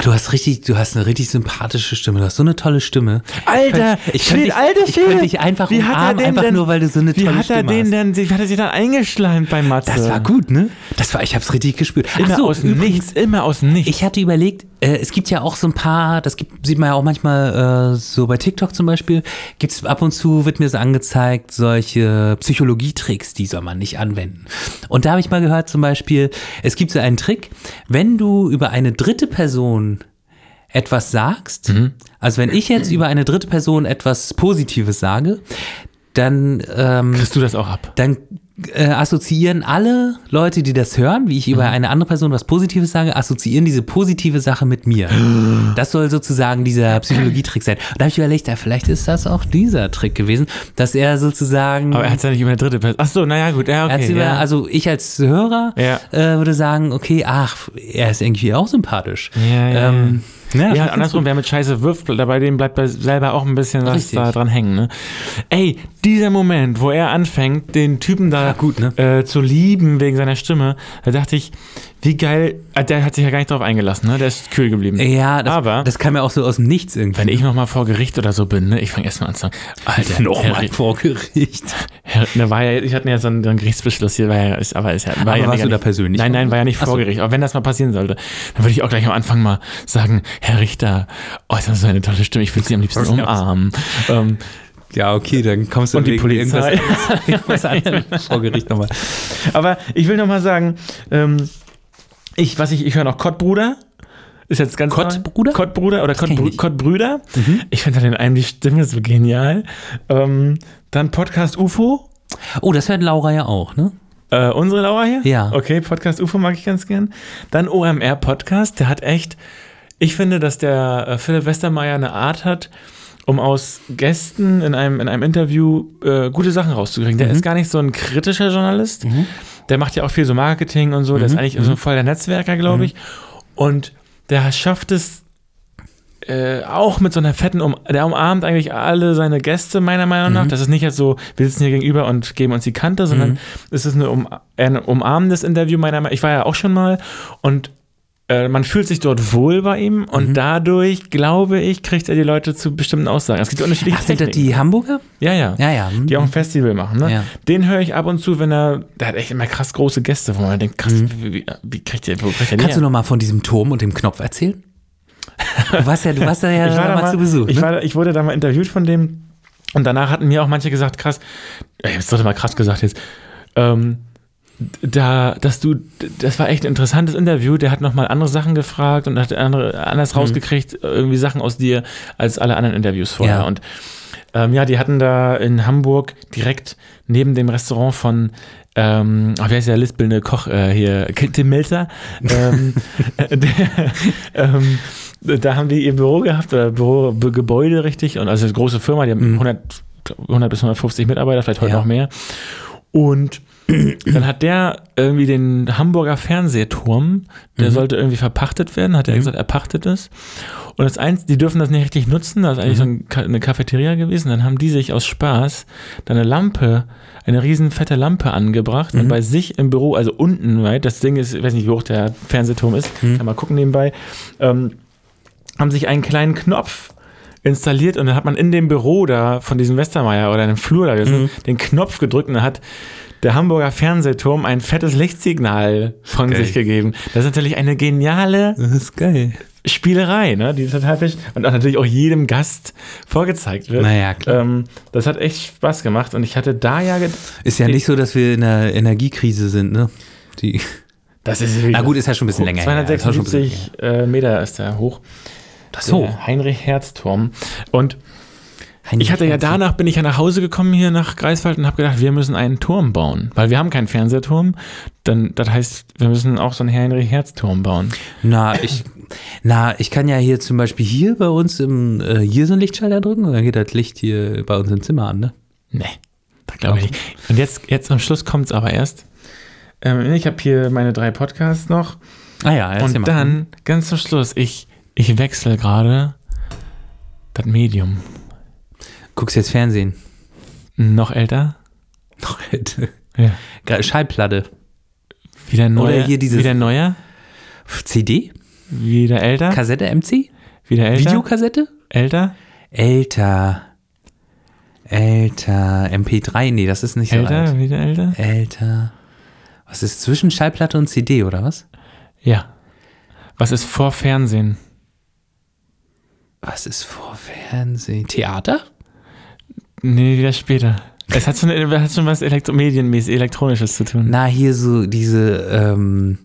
du hast richtig, du hast eine richtig sympathische Stimme. Du hast so eine tolle Stimme.
Alter,
ich könnte dich,
alter
ich könnte dich einfach
wie hat er
umarmen,
den
einfach
denn,
nur weil du so eine
wie
tolle
hat er
Stimme
den
hast.
denn, wie hat er sich dann eingeschleimt bei Matze?
Das war gut, ne? Das war, ich hab's richtig gespürt. Ach
Immer
so,
aus dem Nichts, immer aus dem Nichts.
Ich hatte überlegt, äh, es gibt ja auch so ein paar, das gibt, sieht man ja auch manchmal äh, so bei TikTok zum Beispiel, gibt es ab und zu, wird mir so angezeigt, solche Psychologietricks, die soll man nicht anwenden. Und da habe ich mal gehört zum Beispiel, es gibt so einen Trick, wenn du über eine dritte Person etwas sagst, also wenn ich jetzt über eine dritte Person etwas Positives sage, dann ähm,
Kriegst du das auch ab?
dann äh, assoziieren alle Leute, die das hören, wie ich über
Mhm.
eine andere Person was Positives sage, assoziieren diese positive Sache mit mir. Das soll sozusagen dieser Psychologietrick sein. Und da habe ich überlegt, ja, vielleicht ist das auch dieser Trick gewesen, dass er sozusagen.
Aber er hat es ja nicht über eine dritte Person. Achso, naja, gut. Ja,
Mhm. er hat's
okay,
über,
ja.
also ich als Hörer
Ja.
äh, würde sagen, okay, ach, er ist irgendwie auch sympathisch.
Ja, ja,
ähm, ja,
ja,
ich find's
andersrum,
gut.
wer mit Scheiße wirft, dabei dem bleibt bei selber auch ein bisschen was
Richtig.
da dran hängen. Ne? Ey, dieser Moment, wo er anfängt, den Typen da
Ja, gut, ne?
äh, zu lieben wegen seiner Stimme, da dachte ich, wie geil, äh, der hat sich ja gar nicht drauf eingelassen, ne? der ist kühl geblieben.
Ja, das,
Aber-
das kam ja auch so aus dem Nichts
Wenn
irgendwann.
ich nochmal vor Gericht oder so bin, ne? ich fange erstmal an zu sagen, Alter,
Nochmal vor Gericht.
Herr, ne, war ja, ich hatte ja so einen, so einen Gerichtsbeschluss hier, war ja, ist, aber ist ja, war
Aber
ja
warst
mega
du da
nicht-
persönlich?
Nein, nein, war ja nicht
Ach so.
vor Gericht. Aber wenn das mal passieren sollte, dann würde ich auch gleich am Anfang mal sagen, Herr Richter, oh, das ist so eine tolle Stimme, ich würde Sie am liebsten umarmen. Ähm,
Ja, okay, dann kommst du
Und die
wegen
Polizei.
irgendwas- irgendwas anderes vor Gericht nochmal.
aber ich will nochmal sagen, ähm, ich, was ich, ich höre noch Kottbruder. Ist jetzt ganz neu.
Kottbruder?
Kottbruder oder
kenn ich
Kottbr
nicht. Mhm.
Kottbrüder. Ich finde den einen die Stimme so genial. Ähm, dann Podcast UFO.
Oh, das hört Laura ja auch, ne?
Äh, unsere Laura hier?
Ja.
Okay, Podcast UFO mag ich ganz gern. Dann OMR Podcast, der hat echt, ich finde, dass der äh, Philipp Westermeier eine Art hat, um aus Gästen in einem, in einem Interview äh, gute Sachen rauszukriegen. Der ist gar nicht so ein kritischer Journalist. Der macht ja auch viel so Marketing und so. Der ist eigentlich so voll der Netzwerker, glaube ich. Und der schafft es äh, auch mit so einer fetten, um der umarmt eigentlich alle seine Gäste, meiner Meinung
Mhm.
nach. Das ist nicht jetzt so, wir sitzen hier gegenüber und geben uns die Kante, sondern es ist eine um ein umarmendes Interview, meiner Meinung nach. Ich war ja auch schon mal und äh, man fühlt sich dort wohl bei ihm und
Mhm.
dadurch, glaube ich, kriegt er die Leute zu bestimmten Aussagen. Es gibt unterschiedliche
Ach, sind das
Techniken.
die Hamburger?
Ja, ja.
Ja, ja.
Die auch ein Festival machen, ne?
Ja.
Den höre ich ab und zu, wenn er. Der hat echt immer krass große Gäste, wo man denkt, krass, wie, wie, wie kriegt der, wo kriegt der die
Mhm. Kannst du
her?
noch mal von diesem Turm und dem Knopf erzählen? Du warst ja, du warst ja, ja
ich war da
mal, zu Besuch.
Ich,
ne?
war, da- ich wurde da mal interviewt von dem und danach hatten mir auch manche gesagt, krass, ey, das dritte Mal krass gesagt jetzt, ähm, da, dass du, das war echt ein interessantes Interview, der hat nochmal andere Sachen gefragt und hat andere, anders
Mhm.
rausgekriegt, äh, irgendwie Sachen aus dir, als alle anderen Interviews vorher.
Ja.
Und ähm, ja, die hatten da in Hamburg direkt neben dem Restaurant von, ähm, ach, wie heißt der listbildende Koch äh, hier, Tim Melzer, ähm, äh, der, ähm, da haben die ihr Büro gehabt oder Büro, Be- Gebäude richtig und also eine große Firma, die haben 100, 100 bis 150 Mitarbeiter, vielleicht heute
Ja.
noch mehr. Und dann hat der irgendwie den Hamburger Fernsehturm, der sollte irgendwie verpachtet werden, hat er gesagt, er pachtet es. Und das eins, die dürfen das nicht richtig nutzen, das ist eigentlich so ein, Ka- eine Cafeteria gewesen. Dann haben die sich aus Spaß da eine Lampe, eine riesen fette Lampe angebracht und bei sich im Büro, also unten weit, das Ding ist, ich weiß nicht, wie hoch der Fernsehturm ist, kann mal gucken nebenbei, ähm, haben sich einen kleinen Knopf installiert und dann hat man in dem Büro da von diesem Westermeier oder in dem Flur da gesessen, den Knopf gedrückt und dann hat der Hamburger Fernsehturm ein fettes Lichtsignal von
Geil.
sich gegeben. Das ist natürlich eine geniale
das ist geil.
Spielerei, ne? die total fisch und auch natürlich auch jedem Gast vorgezeigt wird.
Naja, klar.
Ähm, das hat echt Spaß gemacht und ich hatte da ja. ge-
Ist ja nicht so, dass wir in einer Energiekrise sind, ne? Die,
Das ist wieder-
na gut, ist ja schon ein
Oh,
bisschen länger. her, ist auch schon ein bisschen länger
276 äh, Meter ist der hoch.
her. Ach so.
Der Heinrich-Herz-Turm. Und
Heinrich
ich hatte ja
Herz.
danach, bin ich ja nach Hause gekommen hier nach Greifswald und habe gedacht, wir müssen einen Turm bauen, weil wir haben keinen Fernsehturm. Dann, das heißt, wir müssen auch so einen Heinrich-Herz-Turm bauen.
Na, ich, na, ich kann ja hier zum Beispiel hier bei uns im, äh, hier so einen Lichtschalter drücken und dann geht das Licht hier bei uns im Zimmer an, ne?
Nee, da glaube ich nicht. Und jetzt, jetzt am Schluss kommt es aber erst. Ähm, ich habe hier meine drei Podcasts noch.
Ah ja, erzähl
Und
mal.
dann, ganz zum Schluss, ich, ich wechsle gerade das Medium.
Guckst jetzt Fernsehen.
Noch älter?
Noch hätte.
Ja.
Gra- Schallplatte.
Wieder neuer?
hier dieses-
Wieder neuer?
CD?
Wieder älter?
Kassette MC?
wieder älter?
Videokassette?
älter?
Älter. Älter. MP3? Nee, das ist nicht so
Älter?
alt.
Wieder älter?
Älter. Was ist zwischen Schallplatte und CD, oder was?
Ja. Was ist vor Fernsehen?
Was ist vor Fernsehen? Theater?
Nee, wieder später. Es hat schon, es hat schon was Elektro medienmäßig, elektronisches zu tun.
Na, hier so diese, ähm,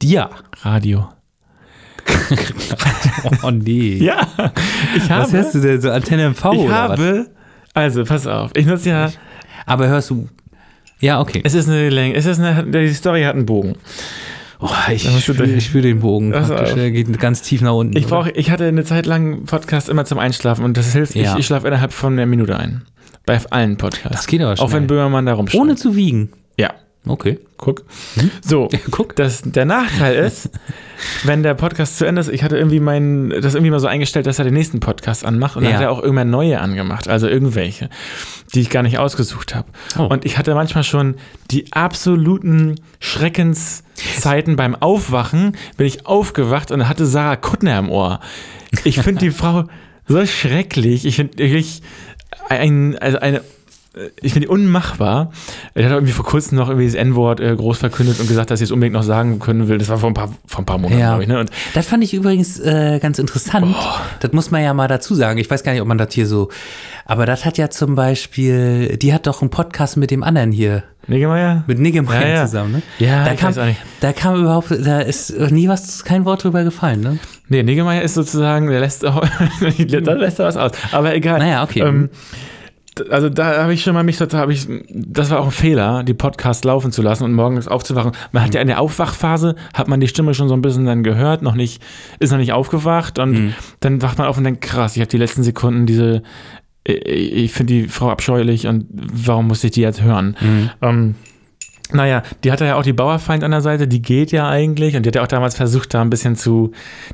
Dia.
Radio.
Oh nee.
Ja, ich
Was
habe,
hörst du denn so Antenne
ich
MV Oh, oder
habe, also pass auf, ich nutze ja,
was? Aber hörst du Ja, okay.
Es ist eine Länge, es ist eine, die Story hat einen Bogen.
Oh, ich
Da musst du
spüre
durch.
spür den Bogen
Pass
praktisch.
auf.
Der geht ganz tief nach unten.
Ich brauche, ich hatte eine Zeit lang Podcast immer zum Einschlafen und das hilft.
Ja.
Ich, ich schlafe innerhalb von einer Minute ein. Bei allen Podcasts.
Das geht aber
Auch
schnell.
wenn Böhmermann da rumsteht.
Ohne Hm? zu wiegen.
Ja,
Okay.
guck. So,
Guck.
das, der Nachteil ist, wenn der Podcast zu Ende ist, ich hatte irgendwie mein, das irgendwie mal so eingestellt, dass er den nächsten Podcast anmacht und dann
Ja.
hat er auch irgendwann neue angemacht, also irgendwelche, die ich gar nicht ausgesucht habe.
Oh.
Und ich hatte manchmal schon die absoluten Schreckenszeiten beim Aufwachen, bin ich aufgewacht und hatte Sarah Kuttner im Ohr. Ich finde die Frau so schrecklich. Ich finde wirklich ein, also eine ich finde die unmachbar. Er hat irgendwie vor kurzem noch irgendwie das N-Wort äh, groß verkündet und gesagt, dass sie es unbedingt noch sagen können will. Das war vor ein paar, vor ein paar Monaten,
Ja.
glaube ich. Ne? Und
Das fand ich übrigens äh, ganz interessant.
Oh.
Das muss man ja mal dazu sagen. Ich weiß gar nicht, ob man das hier so. Aber das hat ja zum Beispiel, die hat doch einen Podcast mit dem anderen hier,
Niggemeier?
mit Niggemeier
Ja, ja.
zusammen, ne?
Ja,
da
ich
kam,
weiß auch nicht.
Da kam überhaupt, da ist nie was, kein Wort drüber gefallen, ne?
Nee, Niggemeier ist sozusagen, der lässt, auch, da lässt er was aus. Aber egal.
Naja, okay.
Ähm, d- also da habe ich schon mal mich, da habe ich, das war auch ein Fehler, die Podcasts laufen zu lassen und morgens aufzuwachen. Man
Mhm.
hat ja in der Aufwachphase, hat man die Stimme schon so ein bisschen dann gehört, noch nicht, ist noch nicht aufgewacht und
Mhm.
dann wacht man auf und denkt, krass, ich habe die letzten Sekunden diese, äh, ich finde die Frau abscheulich und warum muss ich die jetzt hören?
Mhm.
Ähm, naja, die hatte ja auch die Bauerfeind an der Seite, die geht ja eigentlich und die hat ja auch damals versucht, da ein bisschen zu.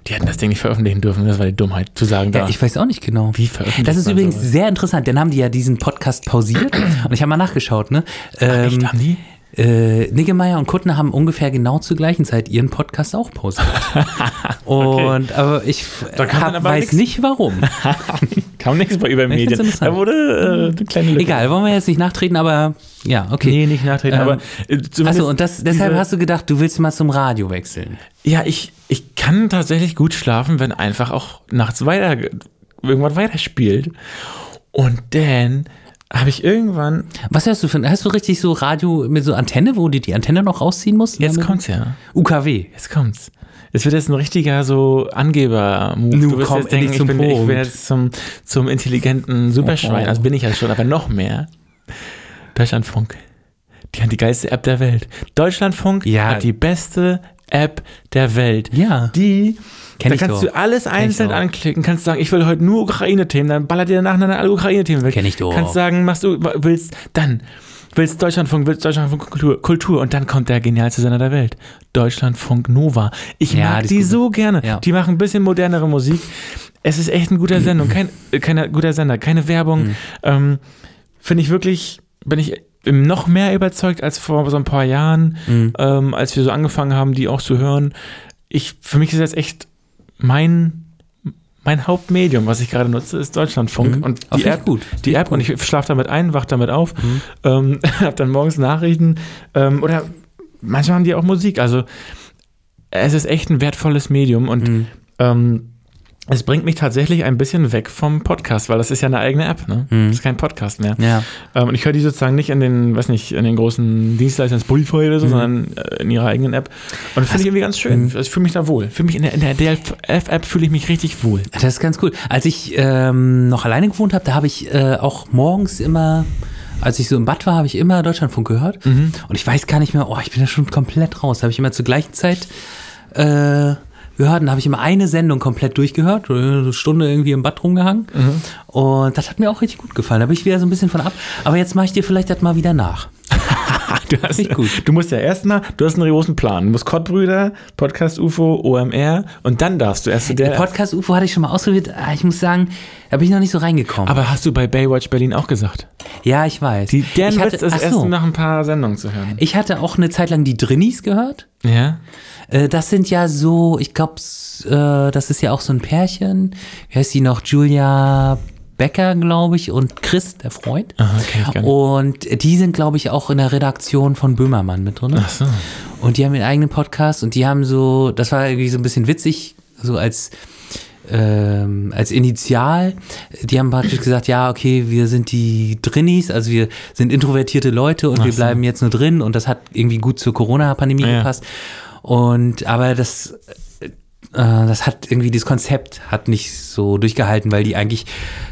Die hätten das Ding nicht veröffentlichen dürfen, das war die Dummheit, zu sagen,
Ja,
da.
ich weiß auch nicht genau.
Wie veröffentlicht
Das ist
man
übrigens
sowas?
sehr interessant. Dann haben die ja diesen Podcast pausiert und ich habe mal nachgeschaut, ne?
Echt,
Ähm,
haben die?
äh, Niggemeier und Kuttner haben ungefähr genau zur gleichen Zeit ihren Podcast auch pausiert. und aber ich
Da kann man
hab,
aber
weiß
nix-
nicht warum.
Kam nichts bei über
find's
Medien.
interessant.
Da wurde äh, eine kleine Lücke.
Egal, wollen wir jetzt nicht nachtreten, aber ja, okay.
Nee, nicht nachtreten,
Ähm,
aber. Äh, zumindest
Achso, und das, deshalb
diese-
hast du gedacht, du willst mal zum Radio wechseln.
Ja, ich, ich kann tatsächlich gut schlafen, wenn einfach auch nachts weiter irgendwann weiterspielt. Und dann habe ich irgendwann.
Was hörst du für Hast du richtig so Radio mit so Antenne, wo du die Antenne noch rausziehen musst?
Jetzt
Damit-
kommt's ja.
UKW.
Jetzt kommt's. Es wird jetzt ein richtiger so Angeber-Move.
Nu,
Du wirst
komm,
jetzt denken,
endlich
ich
zum
bin, ich
Punkt.
bin jetzt zum, zum intelligenten Superschwein.
Oh.
Das bin ich ja schon, aber noch mehr. Deutschlandfunk. Die haben die geilste App der Welt. Deutschlandfunk
Ja.
hat die beste App der Welt.
Ja.
Die,
Kenn
da
ich
kannst
doch.
du alles einzeln
doch.
anklicken. Kannst sagen, ich will heute nur Ukraine-Themen, dann ballert dir nacheinander alle Ukraine-Themen weg.
Kenn ich doch.
Kannst sagen, machst du, willst, dann willst Deutschlandfunk, willst Deutschlandfunk Kultur, Kultur und dann kommt der genialste Sender der Welt. Deutschlandfunk Nova. Ich
Ja,
mag
die ist
die
gut.
so gerne.
Ja.
Die machen ein bisschen modernere Musik. Es ist echt ein guter Sendung, kein, äh, keiner guter Sender, keine Werbung.
Hm.
Ähm, Finde ich wirklich, bin ich noch mehr überzeugt als vor so ein paar Jahren,
Hm.
ähm, als wir so angefangen haben, die auch zu hören. Ich, für mich ist das echt mein mein Hauptmedium, was ich gerade nutze, ist Deutschlandfunk. Und
Auch
die
finde ich
App,
gut.
Die App und ich schlafe damit ein, wach damit auf, ähm, habe dann morgens Nachrichten ähm, oder manchmal haben die auch Musik. Also es ist echt ein wertvolles Medium und ähm, es bringt mich tatsächlich ein bisschen weg vom Podcast, weil das ist ja eine eigene App, ne? Das ist kein Podcast mehr.
Ja.
Ähm, und ich höre die sozusagen nicht in den, weiß nicht, in den großen Dienstleistern Spotify oder so, sondern äh, in ihrer eigenen App. Und das finde ich irgendwie ganz schön. Also Ich fühle mich da wohl. Fühl mich in der, in der DLF-App fühle ich mich richtig wohl.
Das ist ganz cool. Als ich ähm, noch alleine gewohnt habe, da habe ich äh, auch morgens immer, als ich so im Bad war, habe ich immer Deutschlandfunk gehört.
Mhm.
Und ich weiß gar nicht mehr, oh, ich bin da schon komplett raus. Da habe ich immer zur gleichen Zeit äh, gehört und da habe ich immer eine Sendung komplett durchgehört, oder eine Stunde irgendwie im Bad rumgehangen.
Mhm.
Und das hat mir auch richtig gut gefallen. Da bin ich wieder so ein bisschen von ab. Aber jetzt mache ich dir vielleicht das mal wieder nach.
Du, hast,
Nicht gut.
du musst ja erstmal, du hast einen großen Plan. Du musst Kottbrüder, Podcast UFO, OMR und dann darfst du erst zu der.
Podcast UFO hatte ich schon mal ausprobiert. Ah, Ich muss sagen, da bin ich noch nicht so reingekommen.
Aber hast du bei Baywatch Berlin auch gesagt?
ja, ich weiß.
Die Dan
ich
Witz ist
ach
erst
so.
nach ein paar Sendungen zu hören.
Ich hatte auch eine Zeit lang die Drinnies gehört.
Ja.
Äh, Das sind ja so, ich glaube, äh, das ist ja auch so ein Pärchen. Wie heißt die noch? Julia Becker, glaube ich, und Chris, der Freund.
kenn ich gar nicht.
und die sind, glaube ich, auch in der Redaktion von Böhmermann mit drin.
Ach so.
Und die haben ihren eigenen Podcast und die haben so, das war irgendwie so ein bisschen witzig, so als, ähm, als Initial. Die haben praktisch gesagt, ja, okay, wir sind die Drinnies, also wir sind introvertierte Leute und wir bleiben jetzt nur drin und das hat irgendwie gut zur Corona-Pandemie
Ja.
gepasst. Und aber das äh, das hat irgendwie, dieses Konzept hat nicht so durchgehalten, weil die eigentlich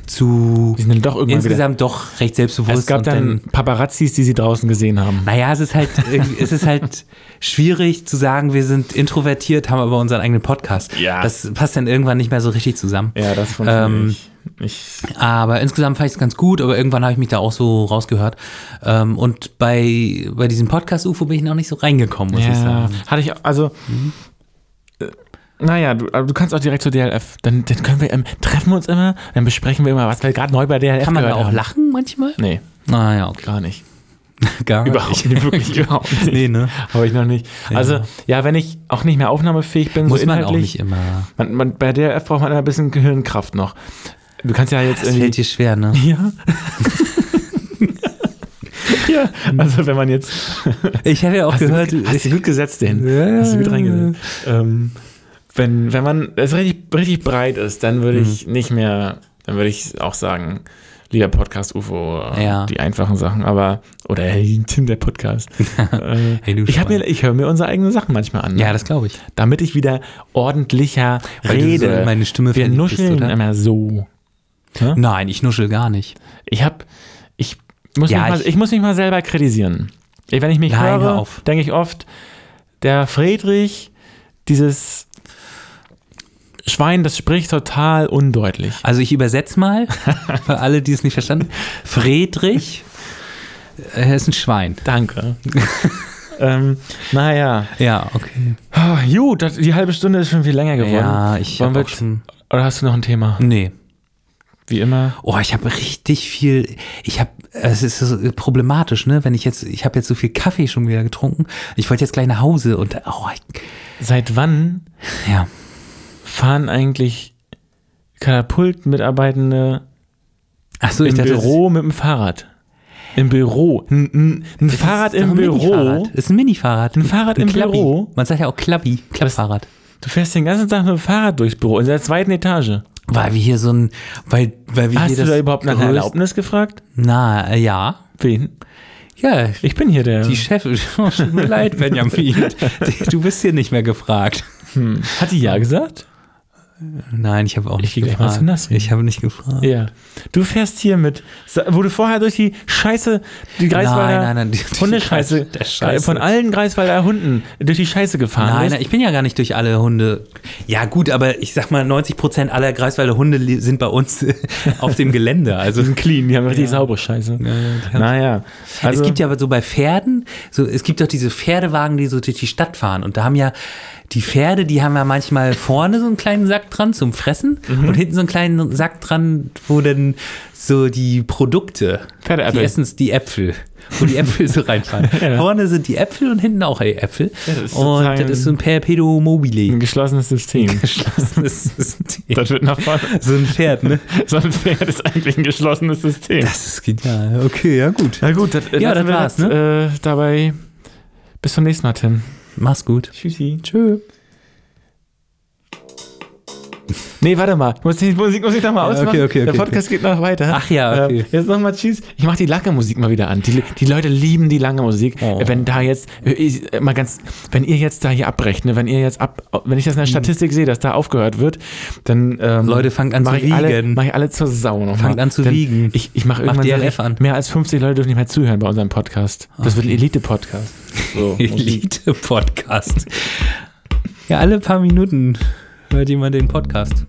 zu
Die sind dann doch irgendwann
insgesamt doch recht
wieder.
selbstbewusst
Es gab
und
dann Paparazzis, die sie draußen gesehen haben.
naja, es ist halt, irgendwie- es ist halt schwierig zu sagen, wir sind introvertiert, haben aber unseren eigenen Podcast.
Ja.
Das passt dann irgendwann nicht mehr so richtig zusammen.
Ja, das von
Ähm,
ich. ich.
Aber insgesamt fand ich es ganz gut, aber irgendwann habe ich mich da auch so rausgehört. Ähm, und bei, bei diesem Podcast-UFO bin ich noch nicht so reingekommen, muss ich
Ja,
sagen.
hatte ich, also, äh, naja, du, aber du kannst auch direkt zur DLF. Dann, dann können wir, ähm, treffen wir uns immer, dann besprechen wir immer, was wir gerade neu bei DLF
Kann man da
gehört
auch
haben.
lachen manchmal?
Nee,
Ah ja, okay.
gar nicht.
Gar
Überhaupt nicht, wirklich überhaupt nicht.
Nee, ne?
Habe ich noch nicht. Also, ja, wenn ich auch nicht mehr aufnahmefähig bin,
Muss
so
man auch
inhaltlich,
nicht immer.
Man, man, bei DLF braucht man immer ein bisschen Gehirnkraft noch. Du kannst ja jetzt
Das
irgendwie.
fällt dir schwer, ne?
Ja. ja. Also wenn man jetzt.
Ich habe ja auch gehört,
du, hast du
ich,
gut gesetzt den.
Ja.
Hast du gut reingesetzt. Ähm, wenn, wenn man es richtig, richtig breit ist, dann würde ich nicht mehr, dann würde ich auch sagen, lieber Podcast UFO, äh,
Ja.
die einfachen Sachen, aber oder hey, Tim der Podcast. äh,
Hey, du
ich hab
Schwein.
mir, ich höre mir unsere eigenen Sachen manchmal an. ne?
ja, das glaube ich.
damit ich wieder ordentlicher
Weil du
rede.
so in meine Stimme
Wir
verliebt bist,
nuscheln
oder?
immer so.
Nein, ich nuschel gar nicht.
Ich hab, ich muss,
Ja,
mich, mal,
ich-
ich, muss mich mal selber kritisieren. Wenn ich mich
Nein, hör
höre,
auf.
denke ich oft, der Friedrich, dieses Schwein, das spricht total undeutlich.
Also ich übersetze mal, für alle, die es nicht verstanden. Friedrich äh, ist ein Schwein.
Danke. ähm, naja.
Ja, okay.
Oh, gut, das, die halbe Stunde ist schon viel länger geworden.
Ja, ich
Wollen
hab
wir,
auch schon-
Oder hast du noch ein Thema?
Nee.
Wie immer.
Oh, ich habe richtig viel. Ich habe, es ist so problematisch, ne? Wenn ich jetzt, ich habe jetzt so viel Kaffee schon wieder getrunken. Ich wollte jetzt gleich nach Hause und oh, ich,
Seit wann
ja.
fahren eigentlich Katapultmitarbeitende
Achso,
im Büro mit dem Fahrrad? Im Büro. Ein, ein, ein Fahrrad im Büro.
Ist ein Minifahrrad.
Ein Fahrrad im
Klappi.
Büro?
Man sagt ja auch Klappi, Klappfahrrad.
Du fährst den ganzen Tag mit dem Fahrrad durchs Büro, in der zweiten Etage.
Weil wir hier so ein, weil, weil wir hier
Hast du
das
da überhaupt nach einer
größte-
Erlaubnis gefragt?
Na, äh, ja.
Wen?
Ja,
Ich bin hier der.
die Chefin. Tut mir leid, Benjamin. Du bist hier nicht mehr gefragt.
Hat die ja gesagt?
Nein, ich habe auch nicht
geh gleich mal
gefragt.
zu Nasrin.
ich habe nicht gefragt.
Ja. Du fährst hier mit, wo du vorher durch die Scheiße, die Greifswalder
nein, nein, die- die-
Hundescheiße,
der Scheiße.
von allen Greifswalder Hunden durch die Scheiße gefahren
Nein,
bist.
nein, ich bin ja gar nicht durch alle Hunde. Ja, gut, aber ich sag mal, 90 Prozent aller Greifswalder Hunde li- sind bei uns auf dem Gelände. Also
Die sind clean, die haben richtig saubere Scheiße. naja. Also,
es gibt ja aber so bei Pferden, so, es gibt doch diese Pferdewagen, die so durch die Stadt fahren. Und da haben ja die Pferde, die haben ja manchmal vorne so einen kleinen Sack dran zum Fressen und hinten so einen kleinen Sack dran, wo dann so die Produkte,
Pferdeäpfel.
die Essens, die Äpfel, wo die Äpfel so reinfallen. Vorne sind die Äpfel und hinten auch die Äpfel.
das ist
und
sozusagen
das ist so ein Perpetuum mobile.
ein geschlossenes System.
Geschlossenes System.
das wird nach vorne.
So ein Pferd, ne?
So ein Pferd ist eigentlich ein geschlossenes System.
Das ist genial. Okay, ja gut.
Na gut, das,
Ja,
lassen
das
wir
war's,
das, Äh, dabei bis zum nächsten Mal, Tim.
Mach's gut.
Tschüssi. Tschö. Nee, warte mal. Ich muss die Musik muss ich noch mal
Ja,
ausmachen.
okay, okay,
Der
okay,
Podcast geht noch weiter.
Ach ja, okay.
Ähm, jetzt noch mal Tschüss. Ich mach die lange Musik mal wieder an. Die, die Leute lieben die lange Musik.
Oh.
Äh, Wenn da jetzt äh, ich, äh, mal ganz, wenn ihr jetzt da hier abbrecht, ne, wenn ihr jetzt ab, wenn ich das in der Statistik sehe, dass da aufgehört wird, dann ähm,
Hm. Leute, fangt an
mach
zu
ich Alle,
wiegen.
mach ich alle zur Sau noch
Fangt
mal.
an zu
Denn
wiegen.
Ich, ich mache
Macht
irgendwann sag
DLF
ich,
an.
Mehr als 50 Leute dürfen nicht mehr zuhören bei unserem Podcast. Das wird ein Elite-Podcast. So,
Elite-Podcast. Ja, alle paar Minuten hört jemand den Podcast.